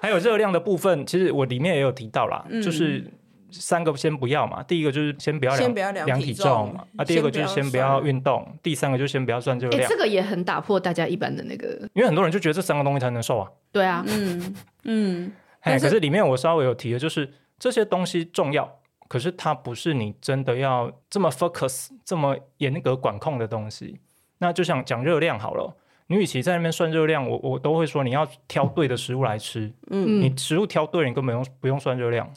还有热量的部分，其实我里面也有提到啦，嗯就是三个先不要嘛。第一个就是先不要量先不要量量体重嘛重啊，第二个就是先先不不要要运动，第三个就是先不要算热哎、量这，个也很打破大家一般的那个，因为很多人就觉得这三个东西才能瘦啊。对啊，嗯嗯，哎，但是可是里面我稍微有提的就是这些东西重要，可是它不是你真的要这么 focus、这么严格管控的东西。那就像讲热量好了，你与其在那边算热量，我我都会说你要挑对的食物来吃。嗯你食物挑对了，你根本不用不用算热量。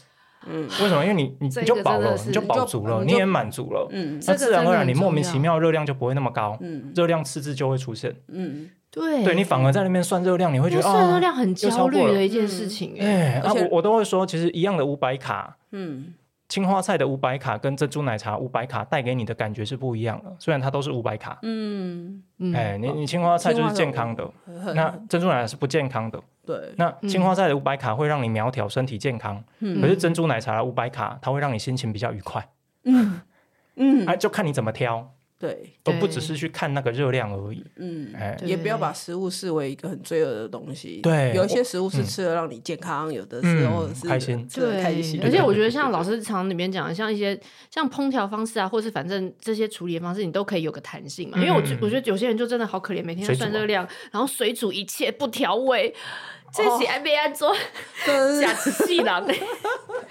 嗯为什么？因为你你你这个就饱真了的，是你就饱足了，你你就也满足了，嗯这那个自然而然真的很重你要莫名其妙热量就不会那么高，嗯热量赤字就会出现。嗯，对，对你反而在那边算热量，你会因觉为得算热哦，量很又焦超虑过的了一件事情、哎、哎，啊而且我我都会说，其实一样的五百卡，嗯青花菜的五百卡跟珍珠奶茶五百卡带给你的感觉是不一样的，虽然它都是五百卡，嗯，嗯哎，你你青花菜就是健康的，很那珍珠奶茶是不健康的。对，那嗯青花菜的五百卡会让你苗条、身体健康，可是珍珠奶茶五百卡它会让你心情比较愉快，嗯嗯，哎，就看你怎么挑，对，而对不只是去看那个热量而已。嗯。哎，对也不要把食物视为一个很罪恶的东西。对有一些食物是嗯吃了让你健康，有的时候是开心吃得开心。而且我觉得像老师常里面讲的，像一些像烹调方式啊，或是反正这些处理的方式，你都可以有个弹性嘛。因为我觉嗯我觉得有些人就真的好可怜，每天要水煮算啊热量，然后水煮一切不调味，这哦 是还没安做真假的气囊。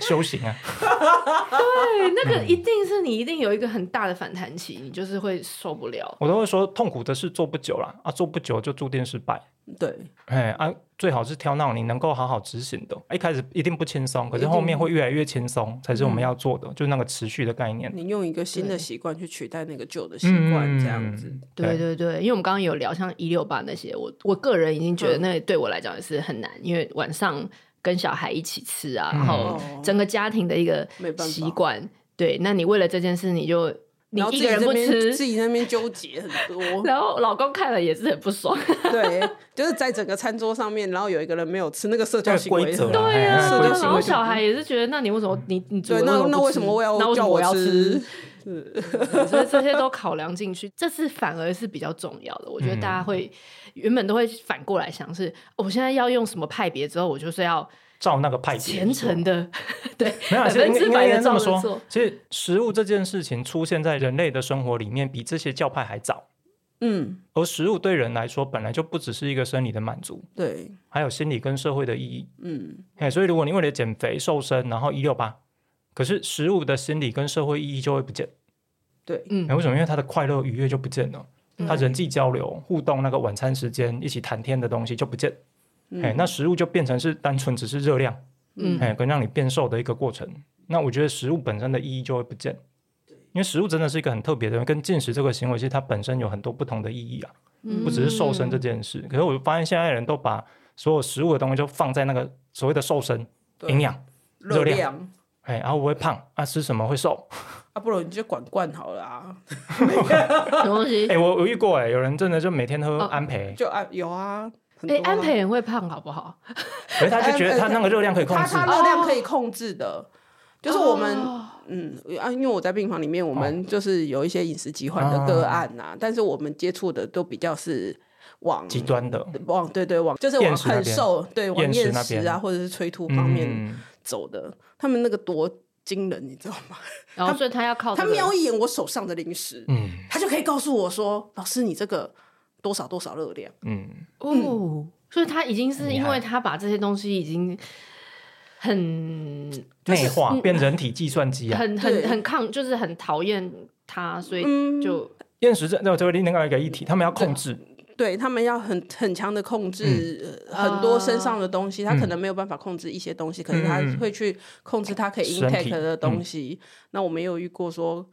修行啊， 对，那个一定是你一定有一个很大的反弹期，你就是会受不了。我都会说痛苦的事做不久啦，啊，做不久就注定失败。对，哎啊，最好是挑那种你能够好好执行的。一开始一定不轻松，可一是定后面会越来越轻松，才是我们要做的，就是那个持续的概念。你用一个新的对习惯去取代那个旧的习惯，这样子嗯。对对对，因为我们刚刚有聊像一六八那些，我我个人已经觉得嗯那对我来讲也是很难，因为晚上跟小孩一起吃啊，然后哦整个家庭的一个没办法习惯。对，那你为了这件事，你就嗯你然后自一己个人这不边自吃，己那边纠结很 多，然后老公看了也是很不爽。对，就是在整个餐桌上面，然后有一个人没有吃，那个社交这个行为规则很啊对啊，哎那社规交则然行后为小孩也是觉得，那你为什么你你煮对，了那为什么那不为什么我要那为什叫么我我要吃？对所以这些都考量进去，这次反而是比较重要的。我觉得大家会、原本都会反过来想是，哦我现在要用什么派别之后，我就是要照那个派别虔做诚的， 对，没有啊，百其实分应该之应百该的这照么着做说。。其实食物这件事情出现在人类的生活里面，比这些教派还早。嗯，而食物对人来说，本来就不只是一个生理的满足，对，还有心理跟社会的意义。嗯，哎，所以如果你为了减肥瘦身，然后一六八，可是食物的心理跟社会意义就会不见。对，嗯哎，为什么？因为他的快乐愉悦就不见了，他人际交流互动那个晚餐时间一起谈天的东西就不见。哎，那食物就变成是单纯只是热量，嗯哎，跟让你变瘦的一个过程。那我觉得食物本身的意义就会不见，因为食物真的是一个很特别的，跟进食这个行为，其实它本身有很多不同的意义啊，嗯不只是瘦身嗯这件事。可是我发现现在人都把所有食物的东西就放在那个所谓的瘦身对营养，热量量哎，然后我会胖啊，吃什么会瘦？啊，不如你就管罐好了啊，什么东西？哎，我我遇过哎，有人真的就每天喝哦安培，就安有啊，很哎、多啊安培很会胖，好不好？可是他就觉呃得他那个热量可以控它制它。热量可以控制的，就是我们、哦嗯啊，因为我在病房里面，我们就是有一些饮食疾患的个案呐、但是我们接触的都比较是往啊极端的，往对对往就是往厌食那很边瘦对往厌食厌那食边啊或者是催吐方面嗯，走的，他们那个多惊人，你知道吗？然后所以他要靠、这他个、瞄一眼我手上的零食，嗯他就可以告诉我说，老师你这个多少多少热量。嗯，哦，所以他已经是厉因害为他把这些东西已经很内嗯化变人体计算机啊，很对很很抗，就是很讨厌他，所以嗯就、厌食症，那这个另外一个议题，他们要控制，对他们要很很强的控嗯制、呃很多身上的东西，他可能没有办法控制一些东西，可是他嗯嗯会去控制他可以身体嗯 intake 的东西。那我们也有遇过说。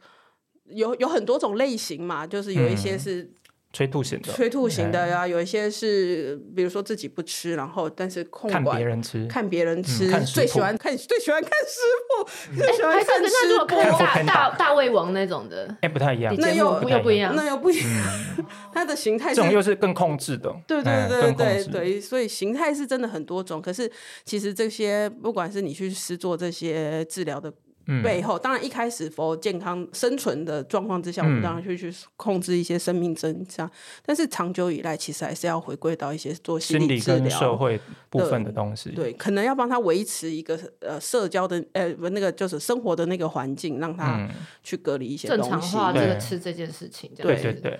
有有很多种类型嘛，就是有一嗯些是催吐型的，催吐型的呀、有一些是比如说自己不吃，然后但是控看管别人吃，看别人吃，嗯看食谱嗯最喜欢看最喜欢看食谱，最喜欢哎还是看跟那如吃果播，看播大 Foodpanda 大大胃王那种的哎，不太一样，那节又目，不又不一样。那又不一样， 它的形态是嗯这种又是更控制的，对对哎对更对控制，对，所以形态是真的很多种。可是其实这些，不管是你去施做这些治疗的嗯背后，当然一开始否健康生存的状况之下，我嗯们当然去去控制一些生命真相。但是长久以来，其实还是要回归到一些做心理理治跟社疗。会部分的东西，对，可能要帮他维持一个呃社交的呃不那个就是生活的那个环境，让他嗯，去隔离一些正东常西。化这个对吃这件事情，这对样子对对，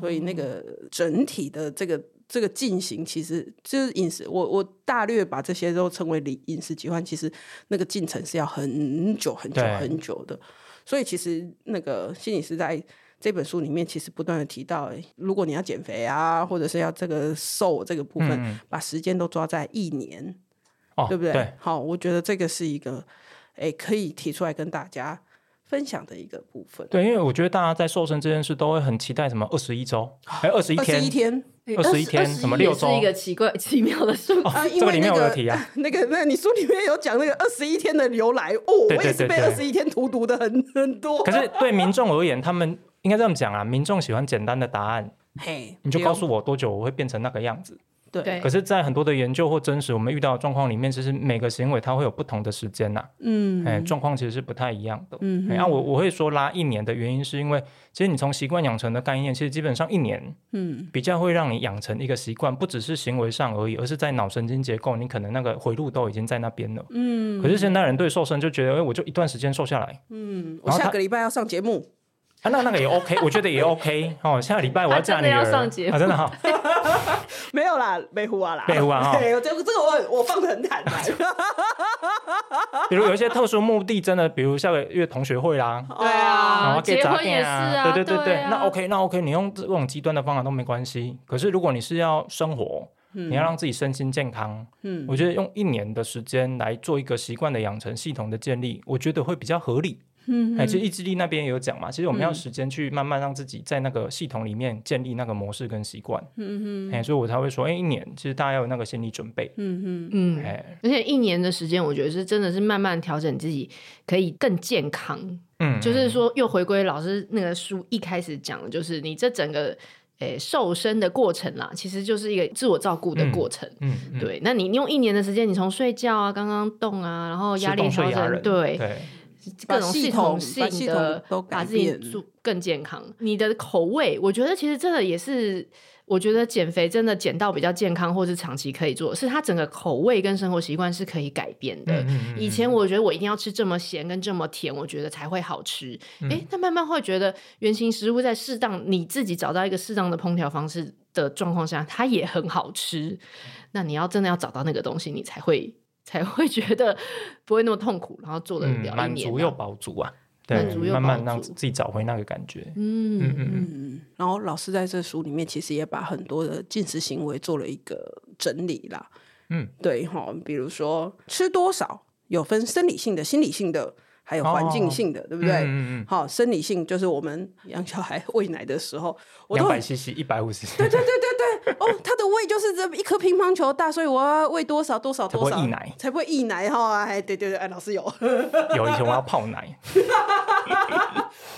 所以那个整体的这个这个进行，其实就是饮食，我我大略把这些都称为饮饮食疾患，其实那个进程是要很久很久对很久的。所以其实那个心理师在这本书里面，其实不断的提到，诶如果你要减肥啊，或者是要这个瘦这个部分，嗯把时间都抓在一年，哦，对不对？对，好，我觉得这个是一个，哎，可以提出来跟大家分享的一个部分。对，因为我觉得大家在瘦身这件事都会很期待什么二十一周，还有二十一二十一天，天，对， 21 20天什么六周也是一个奇怪奇妙的数字。啊，因哦这个为里那面我有个提啊， 那个那个你书里面有讲那个二十一天的由来哦，对我也对是对被对二十一天荼毒的很很多。可是对民众而言，他们应该这么讲啊，民众喜欢简单的答案，嘿，你就告诉我多久我会变成那个样子。对对可是，在很多的研究或真实我们遇到的状况里面，其实每个行为它会有不同的时间呐、嗯哎、状况其实是不太一样的。嗯哎，啊，我我会说拉一年的原因，是因为其实你从习惯养成的概念，其实基本上一年嗯比较会让你养成一个习惯，不只是行为上而已，而是在脑神经结构，你可能那个回路都已经在那边了。嗯可是现代人对瘦身就觉得，哎，我就一段时间瘦下来，嗯，我然后下他个礼拜要上节目，啊，那那个也 OK，我觉得也 OK 哦。下个礼拜我他要嫁真你的儿，要上节目啊，真的哈、没有啦，被呼啊啦，被呼啊哈 对，这个这个我我放的很坦 啊 然，比如有一些特殊目的，真的，比如下个月同学会啦，对啊然后结婚也是啊，对对对对，啊那 OK 那 OK，你用这种极端的方法都没关系。可是如果你是要生活，嗯你要让自己身心健康，嗯我觉得用一年的时间来做一个习惯的养成、系统的建立，我觉得会比较合理。嗯哎，其实意志力那边也有讲嘛，其实我们嗯要时间去慢慢让自己在那个系统里面建立那个模式跟习惯。嗯嗯，哎，所以我才会说，哎，一年其实大家有那个心理准备。嗯嗯，嗯，哎，而且一年的时间，我觉得是真的是慢慢调整自己，可以更健康。嗯，就是说，又回归老师那个书一开始讲的，就是你这整个诶、瘦身的过程啦，其实就是一个自我照顾的过程。嗯，嗯，对，那你用一年的时间，你从睡觉啊、刚刚动啊，然后吃压力动调睡压整，人，对，对，各种系统把性系的统都改把自己变做更健康。你的口味，我觉得其实真的也是，我觉得减肥真的减到比较健康，或是长期可以做，是它整个口味跟生活习惯是可以改变的。嗯嗯嗯以前我觉得我一定要吃这么咸跟这么甜，我觉得才会好吃。诶，嗯但慢慢会觉得原型食物在适当你自己找到一个适当的烹调方式的状况下，它也很好吃。那你要真的要找到那个东西，你才会才会觉得不会那么痛苦，然后做得了嗯，一满年足又啊。饱足啊，对满足，又慢慢饱让足自己找回那个感觉。嗯，嗯嗯，然后老师在这书里面其实也把很多的进食行为做了一个整理啦。嗯，对哈，比如说吃多少有分生理性的、心理性的，还有环境性的，对嗯，不对？嗯嗯好，生理性就是我们养小孩喂奶的时候，嗯，我都两很百 CC，一百 五十 CC，对哦，他的胃就是这一颗乒乓球大，所以我要喂多少多少才不多会少，溢奶才不会溢奶哈。哎，对对对，哎，老师有 有以前我要泡奶，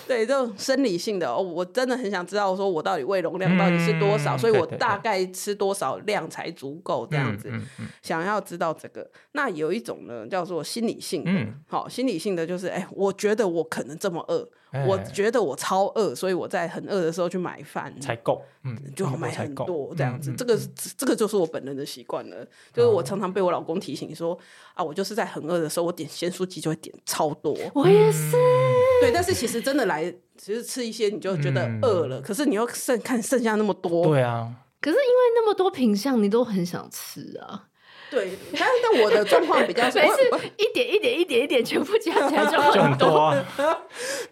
对这种生理性的、哦，我真的很想知道，说我到底胃容量到底是多少，嗯所以我对对对大概吃多少量才足够这样子。嗯嗯想要知道这个，那有一种呢叫做心理性的，嗯好、心理性的就是，哎、我觉得我可能这么饿，哎我觉得我超饿，所以我在很饿的时候去买饭，嗯才够，嗯，就中好国买才很够嗯多这样子。这个这个就是我本人的习惯了，就是哦我常常被我老公提醒说啊，我就是在很饿的时候，我点咸酥鸡就会点超多。我也是。嗯对，但是其实真的来，其实吃一些你就觉得嗯饿了，可是你又剩看剩下那么多，对啊，可是因为那么多品相，你都很想吃啊，对。但但我的状况 比较是，每我次一点一点一点一点全部加起来 就就很很多多。 啊，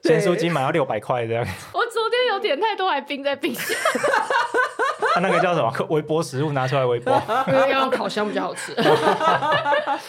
对咸酥鸡买到六百块这样， 我昨天有点太多，还冰在冰箱，他啊那个叫什么？微波食物拿出来微波， 因为要用烤箱比较好吃。 啊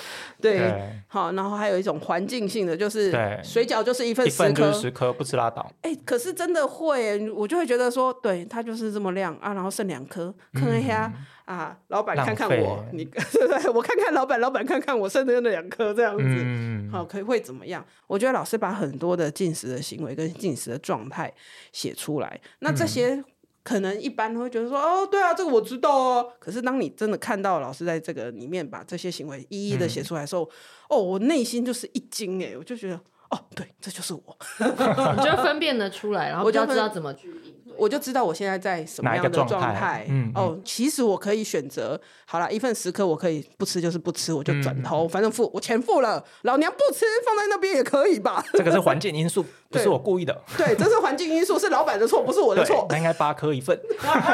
对。对，好，然后还有一种环境性的，就是对水饺就是一份一十份颗就，是十颗，不吃拉倒。哎、可是真的会，我就会觉得说，对，它就是这么亮啊，然后剩两颗，看一下、啊，老板看看我嗯浪费，你 对对，我看看老板，老板看看我剩的那两颗这样子。嗯，好，可以会怎么样？我觉得老师把很多的进食的行为跟进食的状态写出来，那嗯这些可能一般会觉得说，哦，对啊，这个我知道哦。可是当你真的看到老师在这个里面把这些行为一嗯一的写出来的时候，哦，我内心就是一惊哎，我就觉得，哦，对，这就是我， 你就分辨得出来，然后我比就较分知道怎么去应对。我就知道我现在在什么哪一样个的状状态嗯哦，其实我可以选择，好了，一份十颗我可以不吃就是不吃，我就转嗯头，反正付我钱付了，老娘不吃放在那边也可以 吧。这个是环境因素，不是我故意的。对，这是环境因素，是老板的错，不是我的对错，。那应该八 颗一份。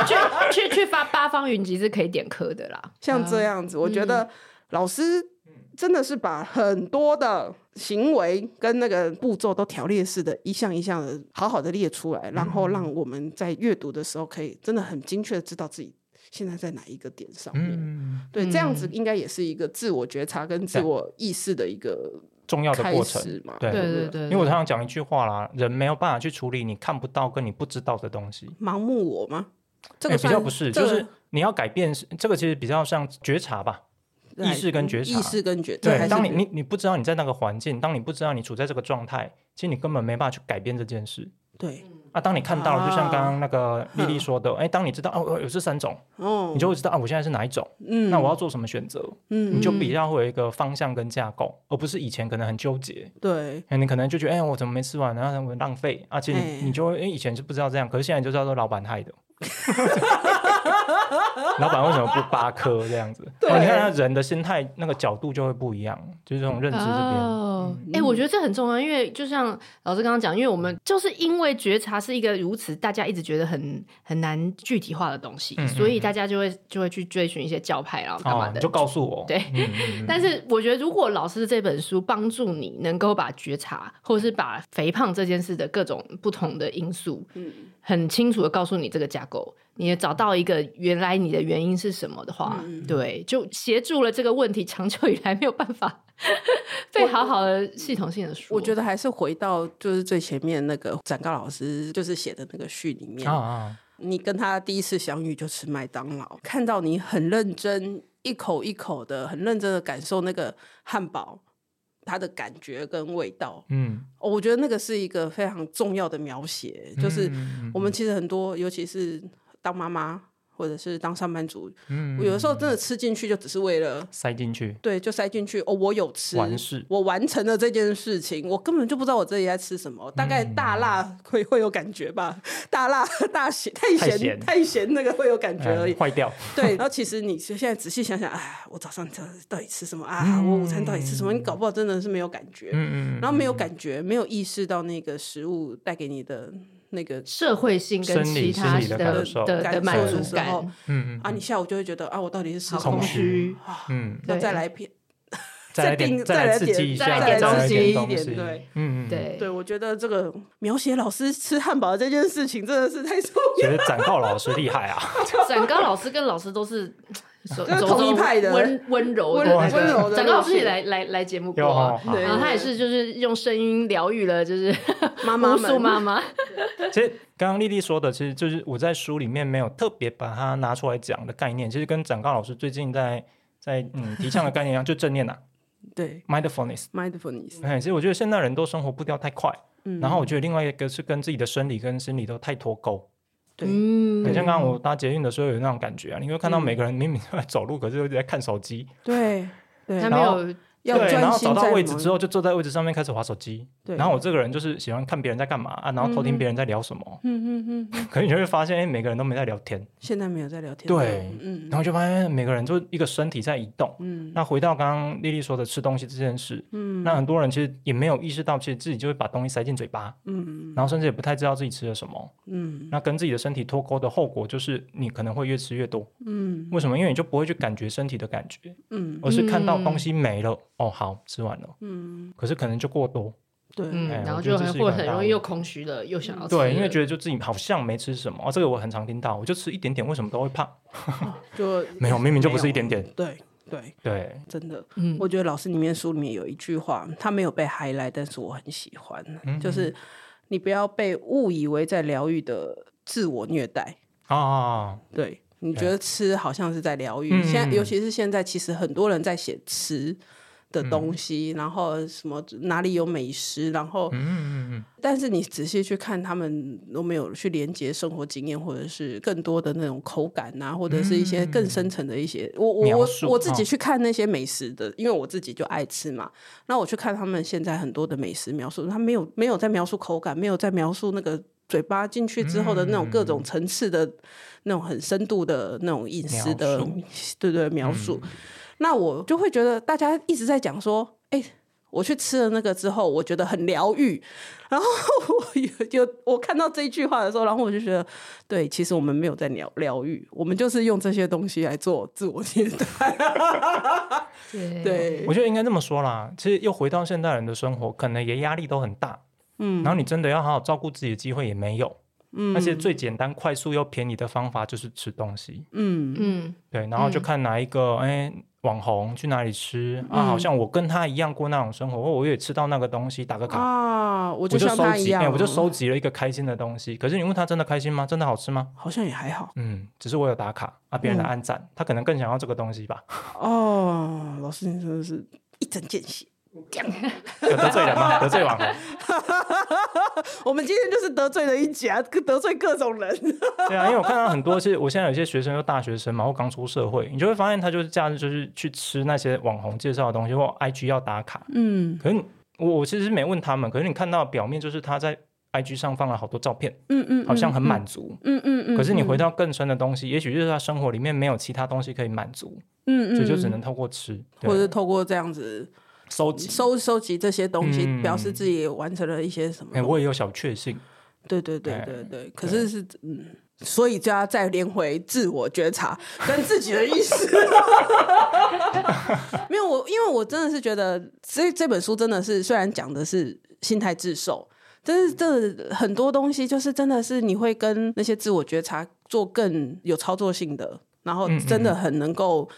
去去去发八方云集是可以点科的啦。像这样子，我觉嗯得老师真的是把很多的行为跟那个步骤都条列式的，一项一项的好好的列出嗯来，然后让我们在阅读的时候可以真的很精确的知道自己现在在哪一个点上面。嗯，对，这样子应该也是一个自我觉察跟自我意识的一个重要的开过程。始嘛。对对对对，因为我常常讲一句话啦，人没有办法去处理你看不到跟你不知道的东西。盲目我吗？这哎个比算、较不是，这就个是你要改变是，这个其实比较像觉察吧。意识跟觉嗯察意识跟觉察还对，是当你你你不知道你在那个环境，当你不知道你处在这个状态，其实你根本没办法去改变这件事。对啊，当你看到了，就像刚刚那个丽丽哼说的，哎，当你知道哦有这三种，哦你，就会知道啊我现在是哪一种，嗯那我要做什么选择，嗯你就比较会有一个方向跟架构，而不是以前可能很纠结。对。哎，你可能就觉得，哎、我怎么没吃完？然后我浪费，而且哎你你就会，哎、以前是不知道这样，可是现在你就知道说老板害的。 老板为什么不八颗这样子？对哦你看他人的心态那个角度就会不一样，就是这种认知这边。哦，哎、我觉得这很重要，因为就像老师刚刚讲，因为我们就是因为觉察是一个如此大家一直觉得很很难具体化的东西，嗯嗯所以大家就会就会去追寻一些教派，然后干嘛哦，你的。就告诉我。对嗯嗯嗯 但是我觉得，如果老师这本书帮助你能够把觉察，或是把肥胖这件事的各种不同的因素，嗯很清楚的告诉你这个架构，你也找到一个原来你的原因是什么的话，嗯对，就协助了这个问题长久以来没有办 法被好好的系统性的说。我觉得还是回到就是最前面那个展告老师就是写的那个序里面，啊啊，你跟他第一次相遇就吃麦当劳，看到你很认真一口一口的很认真的感受那个汉堡它的感觉跟味道，嗯，哦我觉得那个是一个非常重要的描写，就是嗯嗯嗯我们其实很多，尤其是当妈妈。或者是当上班族，我有的时候真的吃进去就只是为了。嗯塞进去，对，就塞进去哦。我有吃，完事我完成了这件事情，我根本就不知道我自己在吃什么。大概嗯大辣会会有感觉吧，大辣、大咸、太太咸、咸太咸那个会有感觉而已嗯。坏掉， 对，然后其实你现在仔细想想，哎，我早上到底到底吃什么啊？我午餐到底吃什么？你搞不好真的是没有感觉，嗯嗯然后没有感觉，没有意识到那个食物带给你的那个社会性跟生其理他心理的的感受的感受满的足时候感，嗯啊，你下午就会觉得啊，我到底是吃好什么空空？虚虚。啊， 嗯，那对再来一片，再来定点，再来来刺点激一再下，来点来东西点一东点西，对嗯嗯，，对对，我觉得这个描写老师吃汉堡这件事情真的是太重觉得展告老师厉害啊， 展高老师跟老师都是走就是走同一这种派的温温柔温的那个温柔的展高老师路也线来来来节目过有啊哦，要对然后他也是就是用声音疗愈了，就是要，妈妈无 数们，妈妈，其实刚刚丽丽说的，其实就是我在书里面没有特别把它拿出来讲的概念，其实跟展告老师最近在在嗯提倡的概念一样，就正念啊对，mindfulness。 ，mindfulness，哎，其实我觉得现代人都生活步调太快，嗯，然后我觉得另外一个是跟自己的生理跟心理都太脱钩。对嗯很像刚刚我搭捷运的时候有那种感觉啊，你会看嗯到每个人明明在走路，可是又一直在看手机。对对，他没们然后有要对，然专后心找到在位置某之后，就坐在位置上面开始划手机。对然后我这个人就是喜欢看别人在干嘛啊，然后偷听别人在聊什么。嗯嗯嗯，可是你就会发现，哎，每个人都没在聊天，现在没有在聊天了，对嗯然后就发现每个人就一个身体在移动。嗯那回到刚刚丽丽说的吃东西这件事，嗯那很多人其实也没有意识到，其实自己就会把东西塞进嘴巴，嗯然后甚至也不太知道自己吃了什么。嗯那跟自己的身体脱钩的后果就是，你可能会越吃越多。嗯为什么？因为你就不会去感觉身体的感觉，嗯而是看到东西没了，哦，好吃完了，嗯，可是可能就过多，对，嗯，哎然后我觉得就这很是一或个很很大容的易又空虚了，又哦想要吃了，对，因为觉得就自己好像没吃什么、哦，这个我很常听到，我就吃一点点，为什么都会胖？就没有，明明就不是一点点，对对，对，真的，嗯我觉得老师里面书里面有一句话，他没有被 highlight，但是我很喜欢，就是你不要被误以为在疗愈的自我虐待，啊，对。你觉得吃好像是在疗愈，现在嗯尤其是现在，其实很多人在写吃嗯的东西，然后什么哪里有美食，然后嗯嗯但是你仔细去看，他们都没有去连接生活经验，或者是更多的那种口感啊，或者是一些更深层的一些。我我嗯描我述我自己哦去看那些美食的，因为我自己就爱吃嘛。那我去看他们现在很多的美食描述，他没有没有在描述口感，没有在描述那个嘴巴进去之后的那种各嗯种层次的、那种很深度的那种饮食的描述，嗯对对描述。那我就会觉得大家一直在讲说，哎、我去吃了那个之后，我觉得很疗愈。然后我有有我看到这一句话的时候，然后我就觉得，对，其实我们没有在疗疗愈，我们就是用这些东西来做自我 虐待。对，对嗯，，我觉得应该这么说啦。其实又回到现代人的生活，可能也压力都很大，嗯然后你真的要好好照顾自己的机会也没有。嗯而且最简单、快速又便宜的方法就是吃东西，嗯嗯，对，然后嗯就看哪一个哎、网红去哪里吃啊，好嗯像我跟他一样过那种生活，或我也吃到那个东西，打个卡，啊，我我就像收他一集，样哎、啊，我就收集了一个开心的东西。可是你问他真的开心吗？真的好吃吗？好像也还好嗯，只是我有打卡啊，别人来嗯按赞，他可能更想要这个东西吧，哦。老师，你真的是一针见血。有得罪人 吗？得罪网红，我们今天就是得罪了一家，得罪各种人。 对啊，因为我看到很多是，我现在有些学生都大学生嘛，或刚出社会，你就会发现他就是假日就是去吃那些网红介绍的东西，或 IG 要打卡， 嗯可是你我我其实没问他们，可是你看到表面就是他在 IG 上放了好多照片，嗯嗯，好像很满足。嗯。嗯嗯嗯。可是你回到到更深的东西，也许就是他生活里面没有其他东西可以满足，嗯嗯，所以就只能透过吃对或者是透过这样子收集。收收集这些东西，嗯表示自己完成了一些什么哎、。我也有小确幸，对对对哎对对，可是是嗯，所以就要再连回自我觉察跟自己的意识。 没有我，因为我真的是觉得这这本书真的是，虽然讲的是心态自受，但是这很多东西就是真的是你会跟那些自我觉察做更有操作性的，然后嗯嗯真的很能够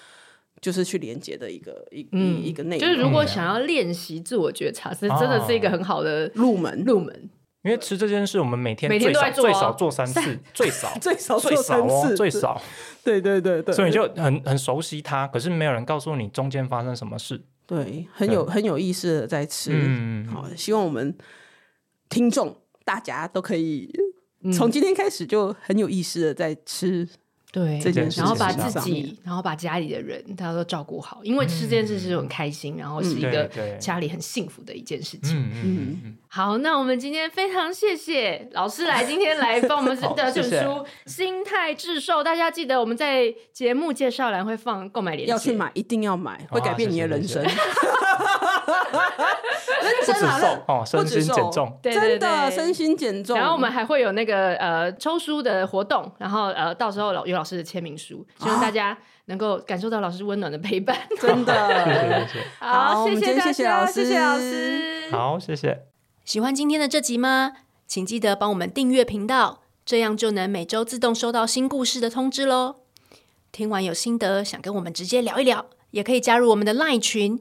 就是去连接的一个一嗯，一一个内容，就是如果想要练习自我觉察，是真的哦是一个很好的入门入门，因为吃这件事，我们每天每天最都少在做啊最少做三次，最少 最少最少做三哦，次最少，对对对对，所以你就很很熟悉它，可是没有人告诉你中间发生什么事。对，很有很有意识的在吃。嗯好，希望我们听嗯众大家都可以从今天开始就很有意识的在吃对，这件事然后把情上自己，然后把家里的人，大家都照顾好，因为吃这件事是很开心，然后是一个嗯对对家里很幸福的一件事情。嗯嗯嗯好，那我们今天非常谢谢老师来，今天来帮我们 好的这本谢谢书《心态致瘦》，大家记得我们在节目介绍栏会放购买链接，要去买，一定要买，会哇改变你的谢谢人谢谢生。不人止生好瘦了，哦，不身止瘦心减重，对，对真的对身心减重。然后我们还会有那个呃抽书的活动，然后呃到时候老有老师的签名书，希啊望大家能够感受到老师温暖的陪伴。真谢谢 的，谢谢，好 我谢们今谢天大谢谢家，老谢谢老师师，好，谢谢。喜欢今天的这集吗？请记得帮我们订阅频道，这样就能每周自动收到新故事的通知喽。听完有心得，想跟我们直接聊一聊，也可以加入我们的 LINE 群，